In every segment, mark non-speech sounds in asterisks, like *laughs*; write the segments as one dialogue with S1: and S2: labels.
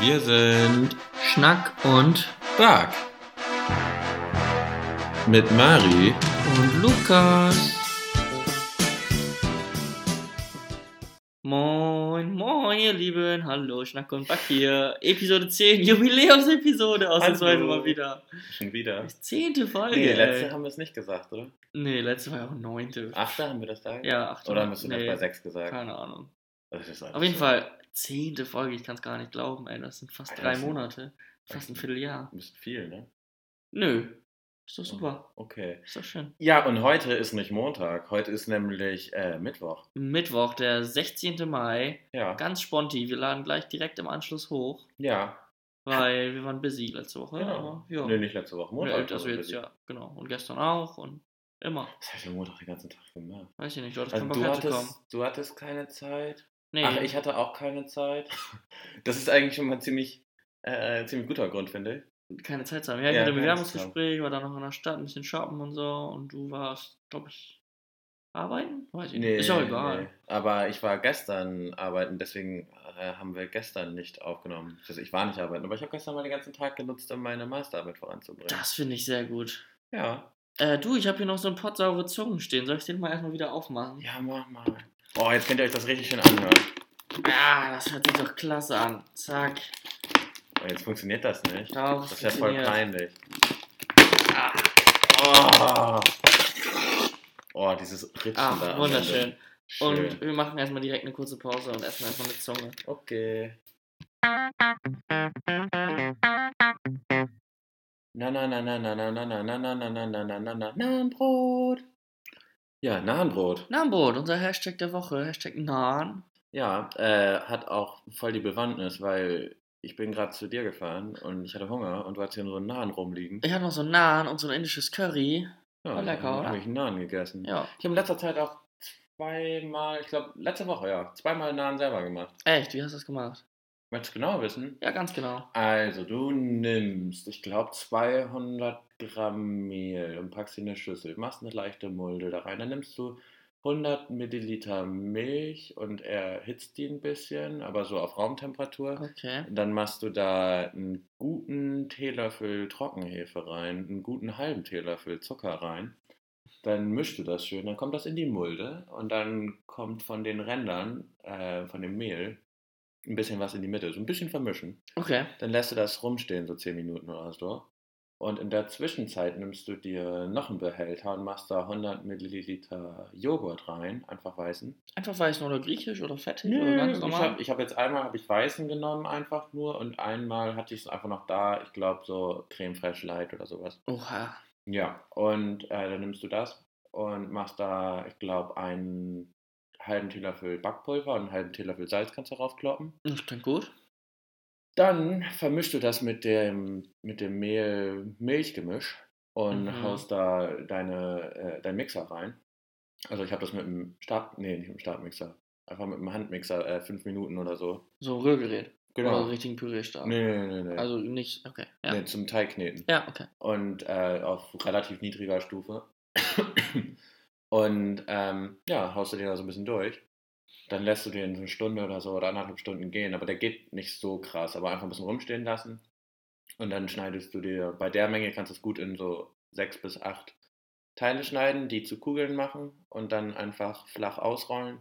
S1: Wir sind
S2: Schnack und,
S1: Dark. Mit Mari.
S2: und Lukas. Moin, moin, ihr Lieben. Hallo, Schnack und Back hier. Episode 10, Jubiläumsepisode ausnahmsweise
S1: Hallo.
S2: mal wieder.
S1: Schon wieder.
S2: Zehnte Folge.
S1: Nee,
S2: ey.
S1: letzte haben wir es nicht gesagt, oder?
S2: nee, letzte war ja auch neunte.
S1: Achte haben wir das da?
S2: Ja, achte.
S1: Oder haben wir es sogar
S2: nee,
S1: bei sechs gesagt?
S2: Keine Ahnung.
S1: Das ist alles
S2: Auf jeden
S1: so.
S2: Fall, zehnte Folge, ich kann es gar nicht glauben, ey. Das sind fast
S1: Alter,
S2: drei
S1: das sind-
S2: Monate. Fast ein Vierteljahr.
S1: Ein bisschen viel, ne?
S2: Nö. Ist doch super.
S1: Okay.
S2: Ist doch schön.
S1: Ja, und heute ist nicht Montag. Heute ist nämlich äh, Mittwoch.
S2: Mittwoch, der 16. Mai.
S1: Ja.
S2: Ganz sponti. Wir laden gleich direkt im Anschluss hoch,
S1: Ja.
S2: weil wir waren busy letzte Woche.
S1: Genau.
S2: Aber, ja.
S1: Nee, nicht letzte Woche. Montag.
S2: Montag. Also
S1: war
S2: jetzt,
S1: wir-
S2: ja, genau. Und gestern auch und immer.
S1: Was hast du Montag den ganzen Tag gemacht?
S2: Weiß ich nicht, Leute,
S1: Also
S2: kann
S1: du
S2: man kommen.
S1: hattest, du hattest keine Zeit.
S2: Nee,
S1: Ach, ich hatte auch keine Zeit. Das ist eigentlich schon mal ein ziemlich, äh, ein ziemlich guter Grund, finde ich.
S2: keine Zeit zu haben. Ja, ich
S1: Ja,
S2: hatte ein
S1: keine
S2: Bewerbungsgespräch, war dann noch in der Stadt, ein bisschen shoppen und so. Und du warst, glaube ich, arbeiten? Weiß ich nicht. Ist auch egal.
S1: nee. Aber ich war gestern arbeiten, deswegen äh, haben wir gestern nicht aufgenommen. Also ich war nicht arbeiten, aber ich habe gestern mal den ganzen Tag genutzt, um meine Masterarbeit voranzubringen.
S2: Das finde ich sehr gut.
S1: Ja.
S2: Äh, du, ich habe hier noch so ein Pott saure Zungen stehen. Soll ich den mal erstmal wieder aufmachen?
S1: Ja, mach mal. Oh, jetzt könnt ihr euch das richtig schön anhören.
S2: Ah, das hört sich doch klasse an. Zack.
S1: Oh, jetzt funktioniert das nicht.
S2: Doch,
S1: Das ist ja voll
S2: funktioniert.
S1: peinlich. Oh,
S2: Ah.
S1: oh dieses Ritschen
S2: Ach,
S1: da. am
S2: Ah, wunderschön.
S1: Ende.
S2: Und wir machen erstmal direkt eine kurze Pause und essen erstmal eine Zunge.
S1: Okay. Na na na na na na na na na na na na na na na na Nahenbrot. Ja, Nahenbrot.
S2: Nahenbrot, unser Hashtag der Woche. Hashtag Nahen.
S1: Ja, äh, hat auch voll die Bewandtnis, weil ich bin gerade zu dir gefahren und ich hatte Hunger und du hattest hier so einen Nahen rumliegen.
S2: Ich hatte noch so einen Nahen und so ein indisches Curry.
S1: Ja,
S2: war lecker,
S1: dann habe
S2: oder?
S1: ich einen Nahen gegessen.
S2: Ja,
S1: Ich habe in letzter Zeit auch zweimal, ich glaube letzte Woche ja, zweimal Nahen selber gemacht.
S2: echt, wie hast du das gemacht?
S1: Möchtest du genau wissen?
S2: Ja, ganz genau.
S1: Also, du nimmst, ich glaube, 200 Gramm Mehl und packst in eine Schüssel, machst eine leichte Mulde da rein. Dann nimmst du 100 Milliliter Milch und erhitzt die ein bisschen, aber so auf Raumtemperatur.
S2: Okay.
S1: Dann machst du da einen guten Teelöffel Trockenhefe rein, einen guten halben Teelöffel Zucker rein. Dann mischst du das schön, dann kommt das in die Mulde und dann kommt von den Rändern, äh, von dem Mehl, ein bisschen was in die Mitte, so ein bisschen vermischen.
S2: Okay.
S1: Dann lässt du das rumstehen, so 10 Minuten oder so. Und in der Zwischenzeit nimmst du dir noch einen Behälter und machst da 100 Milliliter Joghurt rein, einfach weißen.
S2: Einfach weißen oder griechisch oder fettig oder ganz
S1: ich
S2: normal.
S1: habe ich hab jetzt einmal habe ich weißen genommen einfach nur und einmal hatte ich es einfach noch da, ich glaube so Creme Fraiche Light oder sowas.
S2: Oha.
S1: Ja, und äh, dann nimmst du das und machst da, ich glaube, einen halben Teelöffel Backpulver und einen halben Teelöffel Salz kannst du draufkloppen.
S2: Das klingt gut.
S1: Dann vermischst du das mit dem, mit dem Mehl-Milchgemisch und
S2: Mhm.
S1: haust da deine, äh, deinen Mixer rein. Also ich habe das mit dem Stab, nee, nicht mit dem Stabmixer, einfach mit dem Handmixer, äh, fünf Minuten oder so.
S2: So ein Rührgerät. Oder einen
S1: Genau.
S2: richtigen Pürierstab.
S1: Nee, nee, nee, nee.
S2: Also nicht, okay. Ja,
S1: nee zum Teig kneten.
S2: ja okay.
S1: Und äh, auf relativ niedriger Stufe. *coughs* und ähm, ja, haust du den da so ein bisschen durch. Dann lässt du den so eine Stunde oder so oder anderthalb Stunden gehen, aber der geht nicht so krass, aber einfach ein bisschen rumstehen lassen. Und dann schneidest du dir, bei der Menge kannst du es gut in so sechs bis acht Teile schneiden, die zu Kugeln machen und dann einfach flach ausrollen.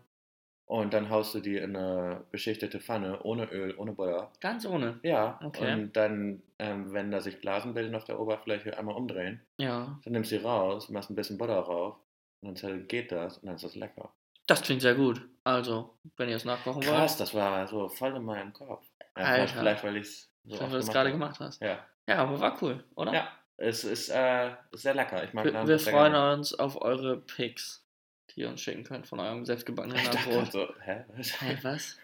S1: Und dann haust du die in eine beschichtete Pfanne, ohne Öl, ohne Butter.
S2: Ganz ohne.
S1: Ja,
S2: Okay.
S1: und dann, ähm, wenn da sich Blasen bilden auf der Oberfläche, einmal umdrehen.
S2: Ja.
S1: Dann nimmst du sie raus, machst ein bisschen Butter drauf und dann geht das und dann ist das lecker.
S2: Das klingt sehr gut. Also, wenn ihr es nachkochen
S1: Krass,
S2: wollt,
S1: das war so voll in meinem Kopf. Ja,
S2: Alter.
S1: vielleicht- Vielleicht, weil ich es so
S2: ich hoffe,
S1: oft
S2: du das gerade
S1: hab.
S2: gemacht hast.
S1: Ja,
S2: Ja, aber war cool, oder?
S1: ja. Es ist äh, sehr lecker. Ich mag
S2: Wir,
S1: Nahenbrot
S2: wir
S1: sehr
S2: freuen
S1: gerne.
S2: uns auf eure Picks, die ihr uns schicken könnt von eurem selbstgebackenen
S1: *laughs* Ich dachte grad
S2: Brot.
S1: so, hä? *laughs* Was?
S2: Hey, was?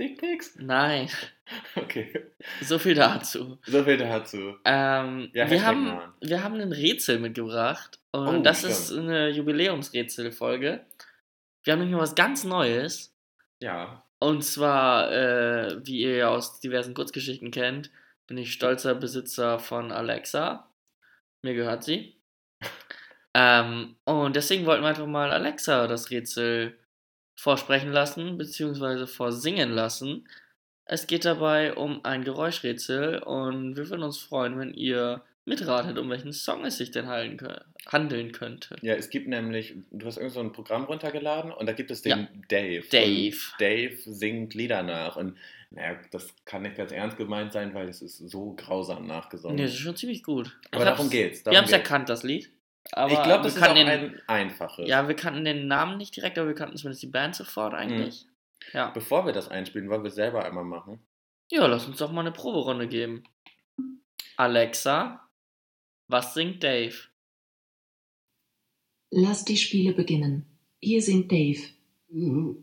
S1: Dickpics?
S2: Nein, *laughs*
S1: Okay.
S2: so viel dazu.
S1: So viel dazu.
S2: Ähm,
S1: Ja,
S2: wir,
S1: Hashtag
S2: haben,
S1: Nahen.
S2: wir haben ein Rätsel mitgebracht und
S1: Oh,
S2: das
S1: stimmt.
S2: ist eine Jubiläumsrätselfolge. Wir haben nämlich mal was ganz Neues
S1: Ja.
S2: und zwar, äh, wie ihr ja aus diversen Kurzgeschichten kennt,
S1: *laughs*
S2: bin ich stolzer Besitzer von Alexa. Mir gehört sie. Ähm, und deswegen wollten wir einfach mal Alexa das Rätsel vorsprechen lassen, beziehungsweise vorsingen lassen. Es geht dabei um ein Geräuschrätsel und wir würden uns freuen, wenn ihr mitratet, um welchen Song es sich denn handeln kö- handeln könnte.
S1: Ja, es gibt nämlich, du hast irgend so ein Programm runtergeladen und da gibt es den
S2: Ja.
S1: Dave.
S2: Dave.
S1: Und Dave singt Lieder nach und naja, das kann nicht ganz ernst gemeint sein, weil es ist so grausam nachgesungen.
S2: Nee, das ist schon ziemlich gut.
S1: aber
S2: Ich
S1: darum
S2: hab's-
S1: geht's. Darum
S2: Wir haben es
S1: geht's.
S2: erkannt, das Lied. Aber
S1: ich glaube, das
S2: wir
S1: ist auch
S2: kannten den,
S1: ein einfaches.
S2: Ja, wir kannten den Namen nicht direkt, aber wir kannten zumindest die Band sofort eigentlich.
S1: Mhm.
S2: Ja.
S1: Bevor wir das einspielen, wollen wir es selber einmal machen.
S2: Ja, lass uns doch mal eine Proberunde geben. Alexa, was singt Dave?
S3: Lass die Spiele beginnen. Hier sind Dave.
S4: You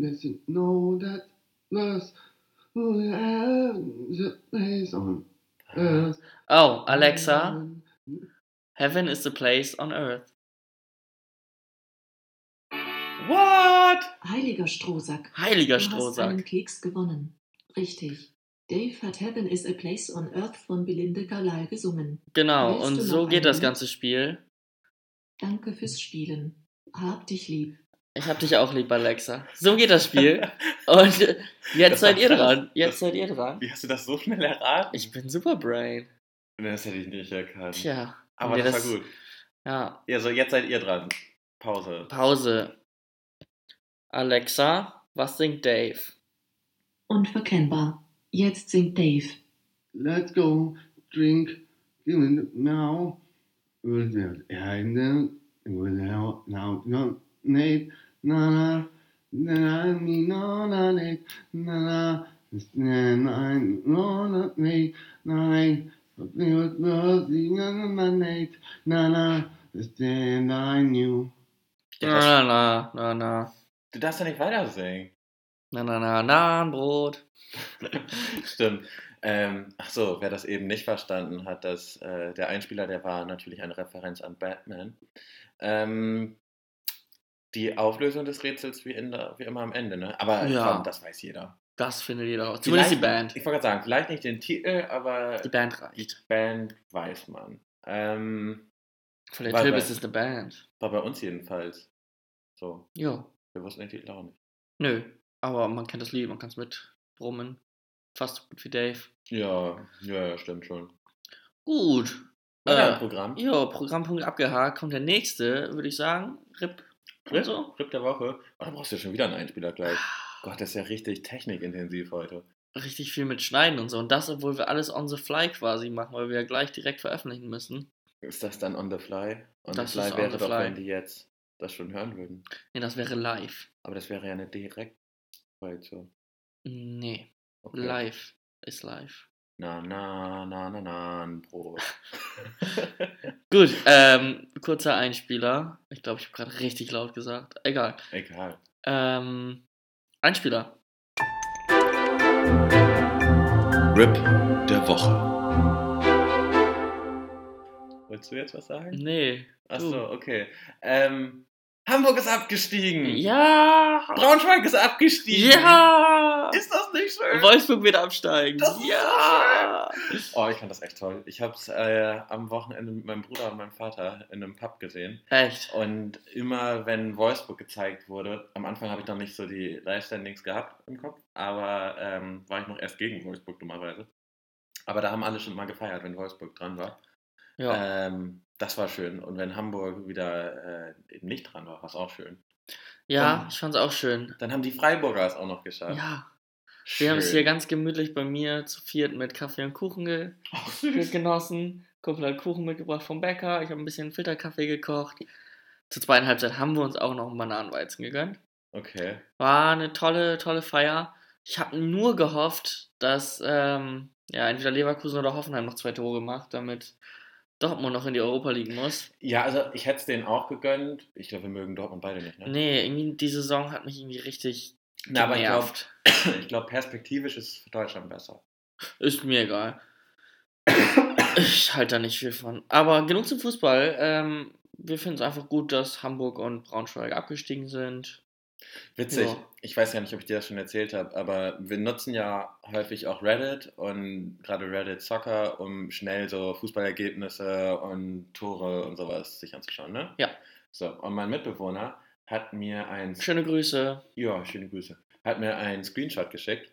S4: mustn't know that last who have the place on earth.
S2: Oh, Alexa, Heaven is the place on earth.
S1: What?
S3: Heiliger Strohsack.
S2: Heiliger
S3: du hast einen
S2: Strohsack.
S3: Keks gewonnen. Richtig. Dave hat Heaven is a Place on Earth von Belinde Carlyle gesungen.
S2: Genau,
S3: Willst
S2: und
S3: du
S2: so
S3: noch
S2: geht das
S3: einen?
S2: ganze Spiel.
S3: Danke fürs Spielen. Hab dich lieb.
S2: Ich hab dich auch lieb, Alexa. So geht das
S1: *laughs*
S2: Spiel. Und äh, jetzt
S1: Das
S2: seid
S1: war
S2: ihr
S1: krass.
S2: dran. Jetzt
S1: Das-
S2: seid ihr dran.
S1: Wie hast du das so schnell erraten?
S2: Ich bin super brain.
S1: Das hätte ich nicht erkannt.
S2: Tja.
S1: Ähm, Aber
S2: Nee,
S1: das, war gut.
S2: Ja,
S1: Ja, so jetzt seid ihr dran. Pause.
S2: Pause. Alexa, was singt Dave?
S3: Unverkennbar. Jetzt singt Dave.
S4: Let's go drink even now. Will there and then will there now no Nate na na na na me no na Nate na na na na no na Nate na Nate me was worthy na na na Nate na na stand I knew.
S1: Ja,
S2: Na, na, na, na,
S1: du darfst ja nicht weiter singen.
S2: na, na, na, na, ein Brot.
S1: Stimmt. Ähm, ach so, wer das eben nicht verstanden hat, dass äh, der Einspieler, der war natürlich eine Referenz an Batman. Ähm, die Auflösung des Rätsels wie, in der, wie immer am Ende, ne? Aber
S2: Ja.
S1: komm, das weiß jeder.
S2: Das findet jeder auch. Zumindest die
S1: Vielleicht-
S2: Band.
S1: Ich wollte gerade sagen, vielleicht nicht den Titel, aber
S2: Die Band
S1: die
S2: reicht.
S1: Band weiß man. Ähm,
S2: Vielleicht
S1: Warte,
S2: Tilb
S1: warte.
S2: ist es eine Band.
S1: war bei uns jedenfalls. So,
S2: Ja.
S1: wir wussten den Titel auch nicht.
S2: Nö. Aber man kennt das Lied, man kann es mit brummen. Fast so gut wie Dave.
S1: Ja, ja, ja, stimmt schon.
S2: Gut.
S1: Ja,
S2: Äh,
S1: Programm.
S2: jo, Programmpunkt abgehakt. Kommt der nächste, würde ich sagen. Rip.
S1: Rip,
S2: Also?
S1: Rip der Woche. Oh, da brauchst du ja schon wieder einen Einspieler
S2: Halt.
S1: gleich. Gott, das ist ja richtig technikintensiv heute.
S2: Richtig viel mit Schneiden und so. Und das, obwohl wir alles on the fly quasi machen, weil wir ja gleich direkt veröffentlichen müssen.
S1: Ist das dann on the fly? On
S2: Das
S1: the fly
S2: ist on
S1: wäre
S2: the
S1: doch,
S2: fly.
S1: wenn die jetzt das schon hören würden.
S2: Nee, das wäre live.
S1: Aber das wäre ja eine Direktfolge.
S2: Nee.
S1: Okay.
S2: Live ist live.
S1: Na, na, na, na, na, ein
S2: *laughs*
S1: Brot.
S2: Gut, ähm, kurzer Einspieler. Ich glaube, ich habe gerade richtig laut gesagt. Egal.
S1: Egal.
S2: Ähm, Einspieler.
S1: Rip der Woche. Wolltest du jetzt was sagen?
S2: Nee.
S1: Achso, okay. Ähm, Hamburg ist abgestiegen.
S2: Ja!
S1: Braunschweig ist abgestiegen.
S2: Ja!
S1: Ist das nicht schön?
S2: Wolfsburg wird absteigen.
S1: Das ist
S2: Ja!
S1: Oh, ich fand das echt toll. Ich habe es äh, am Wochenende mit meinem Bruder und meinem Vater in einem Pub gesehen.
S2: Echt.
S1: Und immer, wenn Wolfsburg gezeigt wurde, am Anfang habe ich noch nicht so die Live-Standings gehabt im Kopf, aber ähm, war ich noch erst gegen Wolfsburg dummerweise. Aber da haben alle schon mal gefeiert, wenn Wolfsburg dran war.
S2: Ja.
S1: Ähm, das war schön. Und wenn Hamburg wieder äh, eben nicht dran war, war es auch schön.
S2: ja,
S1: ähm, äh,
S2: ich fand's auch schön.
S1: Dann haben die Freiburger es auch noch geschafft.
S2: Ja.
S1: schön.
S2: Wir haben es hier ganz gemütlich bei mir zu viert mit Kaffee und Kuchen ge
S1: Ach,
S2: Ge-
S1: Oh, süß.
S2: genossen. Kumpel hat Kuchen mitgebracht vom Bäcker. Ich habe ein bisschen Filterkaffee gekocht. Zur zweiten Halbzeit haben wir uns auch noch einen Bananenweizen gegönnt.
S1: Okay.
S2: War eine tolle, tolle Feier. Ich habe nur gehofft, dass ähm, ja, entweder Leverkusen oder Hoffenheim noch zwei Tore macht, damit Dortmund noch in die Europa League muss.
S1: Ja, also ich hätte es denen auch gegönnt. Ich glaube, wir mögen Dortmund beide nicht. Ne?
S2: Nee, irgendwie die Saison hat mich irgendwie richtig
S1: Na, aber ich glaube,
S2: genervt.
S1: ich glaub, *clears throat* perspektivisch ist es für Deutschland besser.
S2: Ist mir egal. Ich halte da nicht viel von. Aber genug zum Fußball. Ähm, wir finden es einfach gut, dass Hamburg und Braunschweig abgestiegen sind.
S1: Witzig.
S2: Ja.
S1: Ich weiß gar nicht, ob ich dir das schon erzählt habe, aber wir nutzen ja häufig auch Reddit und gerade Reddit Soccer, um schnell so Fußballergebnisse und Tore und sowas sich anzuschauen, ne?
S2: Ja.
S1: So, und mein Mitbewohner hat mir ein
S2: Schöne Grüße.
S1: ja, schöne Grüße. Hat mir einen Screenshot geschickt,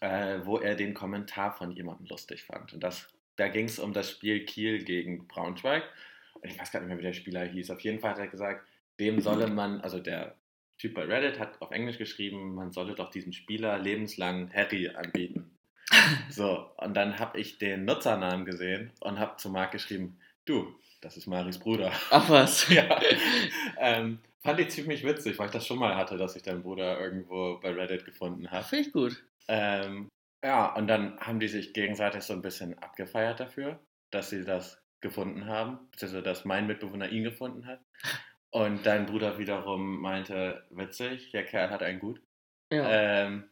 S1: äh, wo er den Kommentar von jemandem lustig fand. Und das, da ging es um das Spiel Kiel gegen Braunschweig. Und ich weiß gar nicht mehr, wie der Spieler hieß. Auf jeden Fall hat er gesagt, dem solle man, also der Typ bei Reddit hat auf Englisch geschrieben, man solle doch diesem Spieler lebenslang Harry anbieten. So, und dann habe ich den Nutzernamen gesehen und habe zu Marc geschrieben, du, das ist Maris Bruder
S2: Ach
S1: *laughs*
S2: was.
S1: ja. *laughs* Ähm, fand ich ziemlich witzig, weil ich das schon mal hatte, dass ich deinen Bruder irgendwo bei Reddit gefunden habe.
S2: Finde ich gut.
S1: Ähm, ja, und dann haben die sich gegenseitig so ein bisschen abgefeiert dafür, dass sie das gefunden haben, beziehungsweise dass mein Mitbewohner ihn gefunden hat. Und dein Bruder wiederum meinte, witzig, der Kerl hat einen gut.
S2: Ja.
S1: Ähm,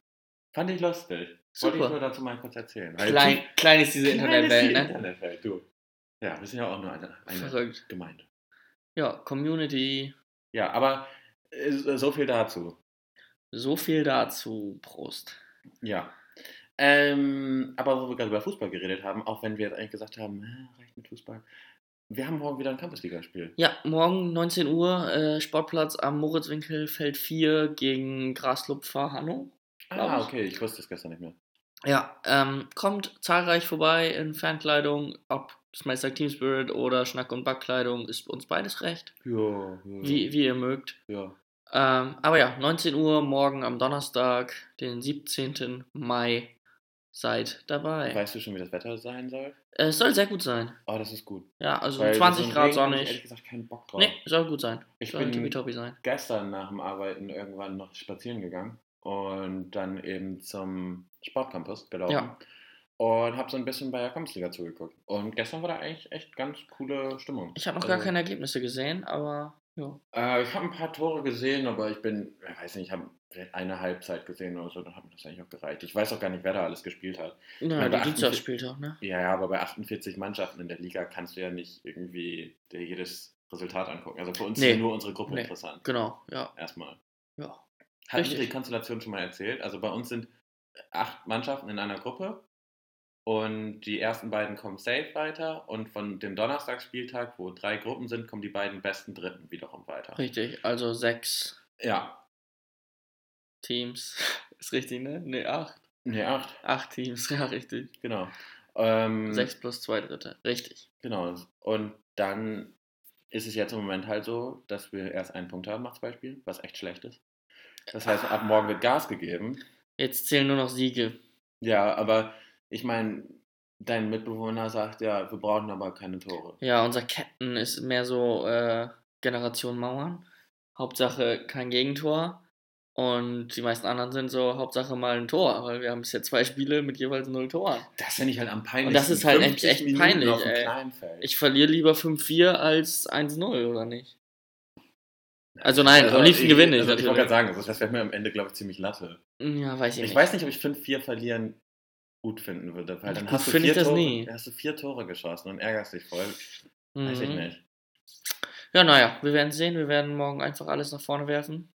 S1: fand ich lustig. Wollte ich
S2: Super.
S1: nur dazu mal kurz erzählen. Weil
S2: klein, klein ist
S1: die-
S2: diese
S1: klein ist die
S2: Internetwelt, ne?
S1: Internetwelt, du. Ja, wir sind ja auch nur eine, eine
S2: Verrückt.
S1: Gemeinde.
S2: Ja, Community.
S1: Ja, aber äh, so viel dazu.
S2: So viel dazu. Prost.
S1: Ja. Ähm, aber wo wir gerade über Fußball geredet haben, auch wenn wir jetzt eigentlich gesagt haben, äh, reicht mit Fußball. Wir haben morgen wieder ein Campusligaspiel.
S2: Ja, morgen 19 Uhr, äh, Sportplatz am Moritzwinkel, Feld 4 gegen Graslupfer Hanno. Glaub
S1: Ah,
S2: ich.
S1: okay, ich wusste es gestern nicht mehr.
S2: Ja, ähm, kommt zahlreich vorbei in Fankleidung, ob Smelter Team Spirit oder Schnack- und Backkleidung, ist uns beides recht,
S1: Ja,
S2: wie, wie ihr mögt.
S1: ja.
S2: Ähm, aber ja, 19 Uhr morgen am Donnerstag, den 17. Mai, seid dabei.
S1: Weißt du schon, wie das Wetter sein soll?
S2: Äh, Es soll sehr gut sein.
S1: Oh, das ist gut.
S2: Ja, also
S1: Weil
S2: 20
S1: so
S2: Grad
S1: Regen hab ich Ehrlich
S2: sonnig.
S1: gesagt, keinen Bock drauf.
S2: Nee, soll gut sein.
S1: ich
S2: soll
S1: bin
S2: tippitoppi sein.
S1: gestern nach dem Arbeiten irgendwann noch spazieren gegangen und dann eben zum Sportcampus gelaufen.
S2: Ja.
S1: Und habe so ein bisschen bei der Campusliga zugeguckt. Und gestern war da eigentlich echt ganz coole Stimmung.
S2: Ich habe noch gar
S1: Also-
S2: keine Ergebnisse gesehen, aber ja.
S1: Äh, ich habe ein paar Tore gesehen, aber ich bin, ich weiß nicht, ich habe vielleicht eine Halbzeit gesehen oder so, dann hat mir das eigentlich auch gereicht. Ich weiß auch gar nicht, wer da alles gespielt hat.
S2: Ja,
S1: bei
S2: der
S1: 48
S2: Dienstag spielt auch, ne?
S1: Ja, ja, aber bei 48 Mannschaften in der Liga kannst du ja nicht irgendwie dir jedes Resultat angucken. Also für uns
S2: Nee.
S1: ist nur unsere Gruppe
S2: Nee.
S1: interessant.
S2: Genau, ja.
S1: Erstmal.
S2: Ja.
S1: Hat
S2: Richtig.
S1: ich die Konstellation schon mal erzählt? Also bei uns sind acht Mannschaften in einer Gruppe und die ersten beiden kommen safe weiter und von dem Donnerstagsspieltag, wo drei Gruppen sind, kommen die beiden besten Dritten wiederum weiter.
S2: Richtig, also sechs
S1: Ja.
S2: Teams. *laughs* Ist richtig, ne? Ne, acht.
S1: Ne, acht.
S2: Acht Teams, *laughs* ja, richtig.
S1: Genau. Ähm,
S2: Sechs plus zwei Dritte. Richtig.
S1: Genau. Und dann ist es jetzt im Moment halt so, dass wir erst einen Punkt haben nach zwei Spielen, was echt schlecht ist. Das heißt, ab morgen wird Gas gegeben.
S2: Jetzt zählen nur noch Siege.
S1: Ja, aber ich meine, dein Mitbewohner sagt ja, wir brauchen aber keine Tore.
S2: Ja, unser Captain ist mehr so äh, Generation Mauern. Hauptsache kein Gegentor. Und die meisten anderen sind so, Hauptsache mal ein Tor, weil wir haben bisher zwei *laughs* Spiele mit jeweils null Toren.
S1: Das finde ich halt am peinlichsten.
S2: Und das ist halt echt-
S1: 50
S2: echt
S1: Minuten
S2: peinlich,
S1: Auf dem
S2: ey.
S1: kleinen Feld.
S2: Ich verliere lieber 5-4 als 1-0, oder nicht? Also nein, am liebsten
S1: ich,
S2: gewinne ich
S1: also, Ich wollte
S2: natürlich. Hm,
S1: gerade sagen, also das wäre mir am Ende, glaube ich, ziemlich latte.
S2: Ja, weiß ich,
S1: Ich
S2: nicht.
S1: weiß nicht, ob ich 5-4 verlieren gut finden würde, weil dann
S2: Gut
S1: hast du,
S2: finde
S1: vier
S2: ich das
S1: Tore,
S2: nie.
S1: dann hast du vier Tore geschossen und ärgerst dich voll.
S2: Mhm.
S1: Weiß ich nicht.
S2: Ja, naja, wir werden sehen. Wir werden morgen einfach alles nach vorne werfen.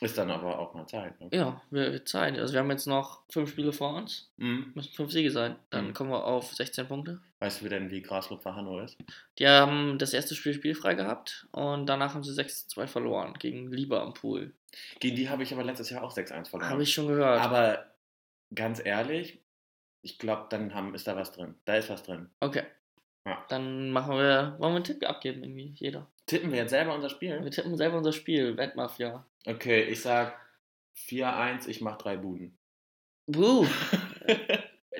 S1: Ist dann aber auch mal Zeit. Ne?
S2: Ja, wir, wir Zeit. Also wir haben jetzt noch fünf Spiele vor uns.
S1: Mhm.
S2: Müssen fünf Siege sein. Dann
S1: Mhm.
S2: kommen wir auf 16 Punkte.
S1: Weißt du denn, wie Graslupfer Hanno ist?
S2: Die haben das erste Spiel spielfrei gehabt und danach haben sie 6-2 verloren gegen Lieber am Pool.
S1: Gegen die habe ich aber letztes Jahr auch 6-1 verloren.
S2: Habe ich schon gehört.
S1: aber ganz ehrlich, ich glaube, dann haben, ist da was drin. Da ist was drin.
S2: okay.
S1: Ja.
S2: Dann machen wir, wollen wir einen Tipp abgeben irgendwie, jeder.
S1: Tippen wir jetzt selber unser
S2: Wir
S1: Spiel?
S2: tippen selber unser Spiel, Wettmafia.
S1: Okay, ich sag 4-1, ich mache drei Buden. *laughs*
S2: Buh.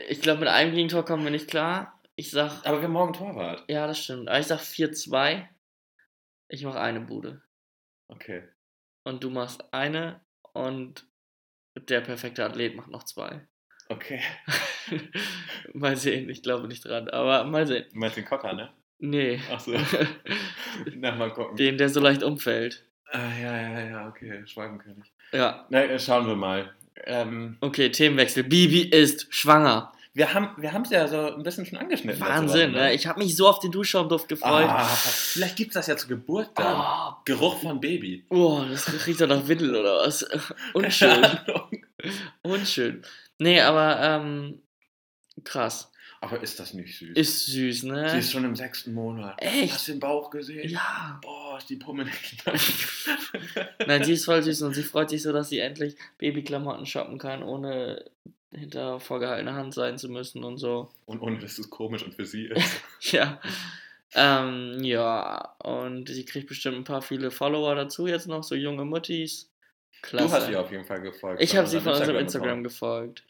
S2: ich glaube, mit einem Gegentor kommen wir nicht klar. Ich sag,
S1: aber wir haben morgen Torwart.
S2: ja, das stimmt. Aber ich sag 4-2. Ich mache eine Bude.
S1: Okay.
S2: und du machst eine und der perfekte Athlet macht noch zwei. *laughs*
S1: Okay.
S2: mal sehen, ich glaube nicht dran, aber mal sehen.
S1: Du meinst den Cocker, ne? *laughs*
S2: Nee. *laughs*
S1: Achso. Na, mal gucken.
S2: Den, der so leicht umfällt.
S1: Ah, ja, ja, ja, okay. Schweigenkönig.
S2: Ja.
S1: Na, äh, schauen wir mal. Ähm,
S2: Okay, Themenwechsel. Bibi ist schwanger.
S1: Wir haben wir es ja so ein bisschen schon angeschnitten.
S2: Wahnsinn,
S1: letzte Woche,
S2: ne? Ich habe mich so auf den Duschschaumduft gefreut.
S1: Ah, vielleicht gibt es das ja zur Geburt dann.
S2: Ah,
S1: Geruch von Baby.
S2: Boah, Oh, das riecht doch nach Windel oder
S1: *laughs*
S2: was? Unschön. Unschön. Nee, aber ähm, krass.
S1: Aber ist das nicht süß?
S2: Ist süß, ne?
S1: Sie ist schon im sechsten Monat.
S2: Echt?
S1: Hast du den Bauch gesehen?
S2: Ja.
S1: Boah, ist die Pummel
S2: *laughs*
S1: geknallt.
S2: Nein, sie ist voll süß und sie freut sich so, dass sie endlich Babyklamotten shoppen kann, ohne hinter vorgehaltener Hand sein zu müssen und so. *laughs*
S1: Und ohne, dass es komisch und für sie ist.
S2: Ja. Ähm, ja, und sie kriegt bestimmt ein paar viele Follower dazu jetzt noch, so junge Muttis. Klasse.
S1: Du hast ihr auf jeden Fall gefolgt.
S2: ich habe sie von
S1: Unserem
S2: unserem Instagram gefolgt.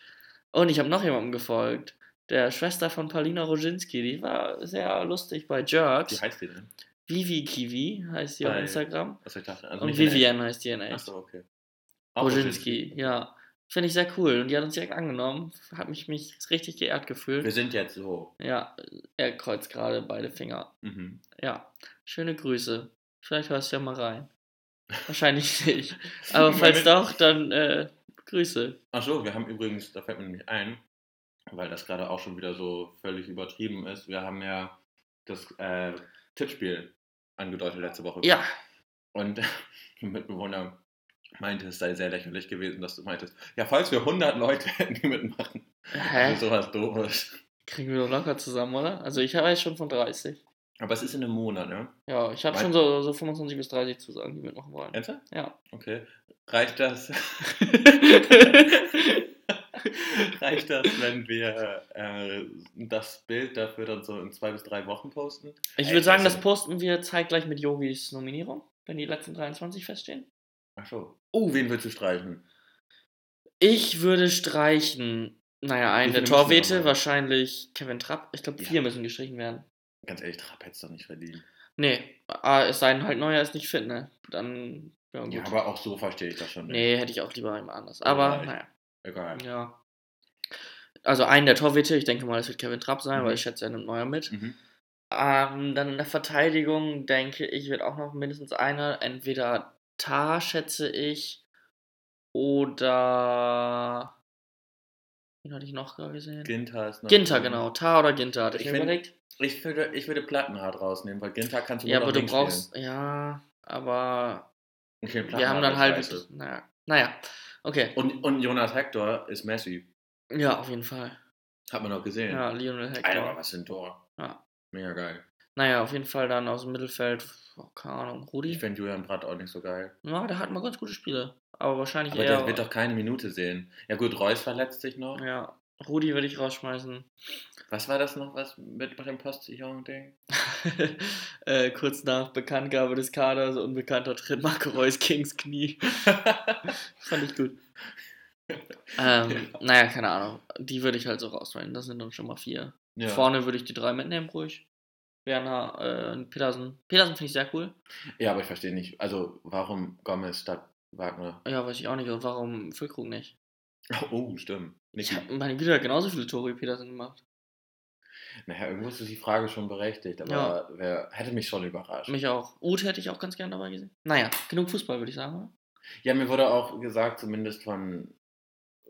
S2: Und ich habe noch jemandem gefolgt. Der Schwester von Paulina Roginski, die war sehr lustig bei
S1: Wie
S2: Jerks.
S1: heißt die denn?
S2: Vivi Kiwi heißt sie auf
S1: Bei-
S2: Instagram.
S1: Also ich dachte, also
S2: Und
S1: nicht in
S2: Vivian heißt die in
S1: echt.
S2: echt.
S1: Achso, okay. Auch
S2: Roginski, ja. Finde ich sehr cool. Und die hat uns direkt angenommen. Hat mich, mich richtig geehrt
S1: Wir
S2: gefühlt.
S1: sind jetzt so.
S2: Ja, er kreuzt gerade beide Finger.
S1: Mhm.
S2: Ja. Schöne Grüße. Vielleicht hörst du ja
S1: *laughs*
S2: mal rein. Wahrscheinlich nicht. Aber falls
S1: Meine-
S2: doch, dann äh, Grüße.
S1: Achso, wir haben übrigens, da fällt mir nämlich ein, weil das gerade auch schon wieder so völlig übertrieben ist. Wir haben ja das äh, Tippspiel angedeutet letzte Woche.
S2: Ja,
S1: Und *laughs* ein Mitbewohner meinte, es sei sehr lächerlich gewesen, dass du meintest, ja, falls wir 100 Leute *laughs* hätten, die mitmachen,
S2: Hä?
S1: ist sowas doofes.
S2: Kriegen wir doch locker zusammen, oder? Also ich habe jetzt schon von 30.
S1: Aber es ist in einem Monat, ne?
S2: Ja, ich habe
S1: Weit-
S2: schon so, so 25 bis 30 Zusagen, die wir noch
S1: *laughs*
S2: wollen.
S1: Ernsthaft?
S2: Ja.
S1: Okay. Reicht das? *laughs* Reicht das, wenn wir äh, das Bild dafür dann so in zwei bis drei Wochen posten?
S2: Ich
S1: Ey,
S2: würde sagen,
S1: also-
S2: das posten wir zeitgleich mit Yogis Nominierung, wenn die letzten 23 feststehen.
S1: Ach so. Oh, wen willst du streichen?
S2: Ich würde streichen, naja, einen
S1: Wie
S2: der
S1: viele müssen wir
S2: Torwete,
S1: noch?
S2: wahrscheinlich Kevin Trapp. Ich glaube,
S1: Ja.
S2: vier müssen gestrichen werden.
S1: Ganz ehrlich, Trapp hätte es doch nicht verdient.
S2: Nee, ah, es sei denn, halt neuer ist nicht fit, ne? Dann, ja gut.
S1: Ja, aber auch so verstehe ich das schon. nicht.
S2: nee, hätte ich auch lieber jemand anders.
S1: Ja,
S2: Aber,
S1: ich-
S2: naja,
S1: Egal.
S2: ja. Also einen der Torwete, ich denke mal, das wird Kevin Trapp sein,
S1: Mhm.
S2: weil ich schätze, er nimmt neuer mit.
S1: Mhm.
S2: Ähm, dann in der Verteidigung denke ich, wird auch noch mindestens einer. Entweder Tar, schätze ich, oder. Wen hatte ich noch gerade gesehen?
S1: Ginter ist noch-
S2: Ginter, genau. Tar oder Ginter, hatte ich,
S1: Ne? Ich
S2: mir
S1: find-
S2: überlegt.
S1: Ich würde, ich würde Plattenhardt rausnehmen, weil Ginter kannst du
S2: Ja,
S1: gut
S2: aber
S1: auf
S2: du
S1: links
S2: brauchst.
S1: spielen.
S2: Ja, aber
S1: Okay,
S2: wir haben dann
S1: Plattenhardt
S2: halt.
S1: ist scheiße.
S2: Naja. Naja. Okay.
S1: Und, und Jonas Hector ist Messi.
S2: Ja, auf jeden Fall.
S1: Hat man doch gesehen.
S2: Ja, Lionel
S1: Alter,
S2: Hector.
S1: was für ein Tor.
S2: Ja.
S1: Mega geil.
S2: Naja, auf jeden Fall dann aus dem Mittelfeld. Oh, keine Ahnung,
S1: Ich
S2: Rudi.
S1: finde Julian Brandt auch nicht so geil.
S2: Ja, der hat mal ganz gute Spiele. Aber wahrscheinlich
S1: Aber
S2: eher.
S1: der wird doch keine Minute sehen. Ja gut, Reus verletzt sich noch.
S2: Ja, Rudi würde ich rausschmeißen.
S1: Was war das noch, was mit, mit dem Postillon-Ding?
S2: *laughs* äh, kurz nach Bekanntgabe des Kaders, unbekannter tritt Marco Reus
S1: *laughs*
S2: Kings Knie. Fand ich gut. Ähm, Naja, keine Ahnung. Die würde ich halt so rausschmeißen. Das sind dann schon mal vier.
S1: Ja.
S2: Vorne würde ich die drei mitnehmen, ruhig. Werner, äh, Petersen. Petersen finde ich sehr cool.
S1: ja, aber ich verstehe nicht. Also, warum Gomez statt Wagner? *laughs*
S2: Ja, weiß ich auch nicht. Und warum Füllkrug nicht?
S1: Oh, stimmt.
S2: Ich
S1: Nicht,
S2: hab, meine Güte, der hat genauso viele Tore wie Petersen gemacht.
S1: naja, irgendwo ist die Frage schon berechtigt, aber
S2: Ja.
S1: wer hätte mich schon überrascht.
S2: Mich auch. Ute hätte ich auch ganz gerne dabei gesehen. Naja, genug Fußball, würde ich sagen. oder?
S1: Ja, mir wurde auch gesagt, zumindest von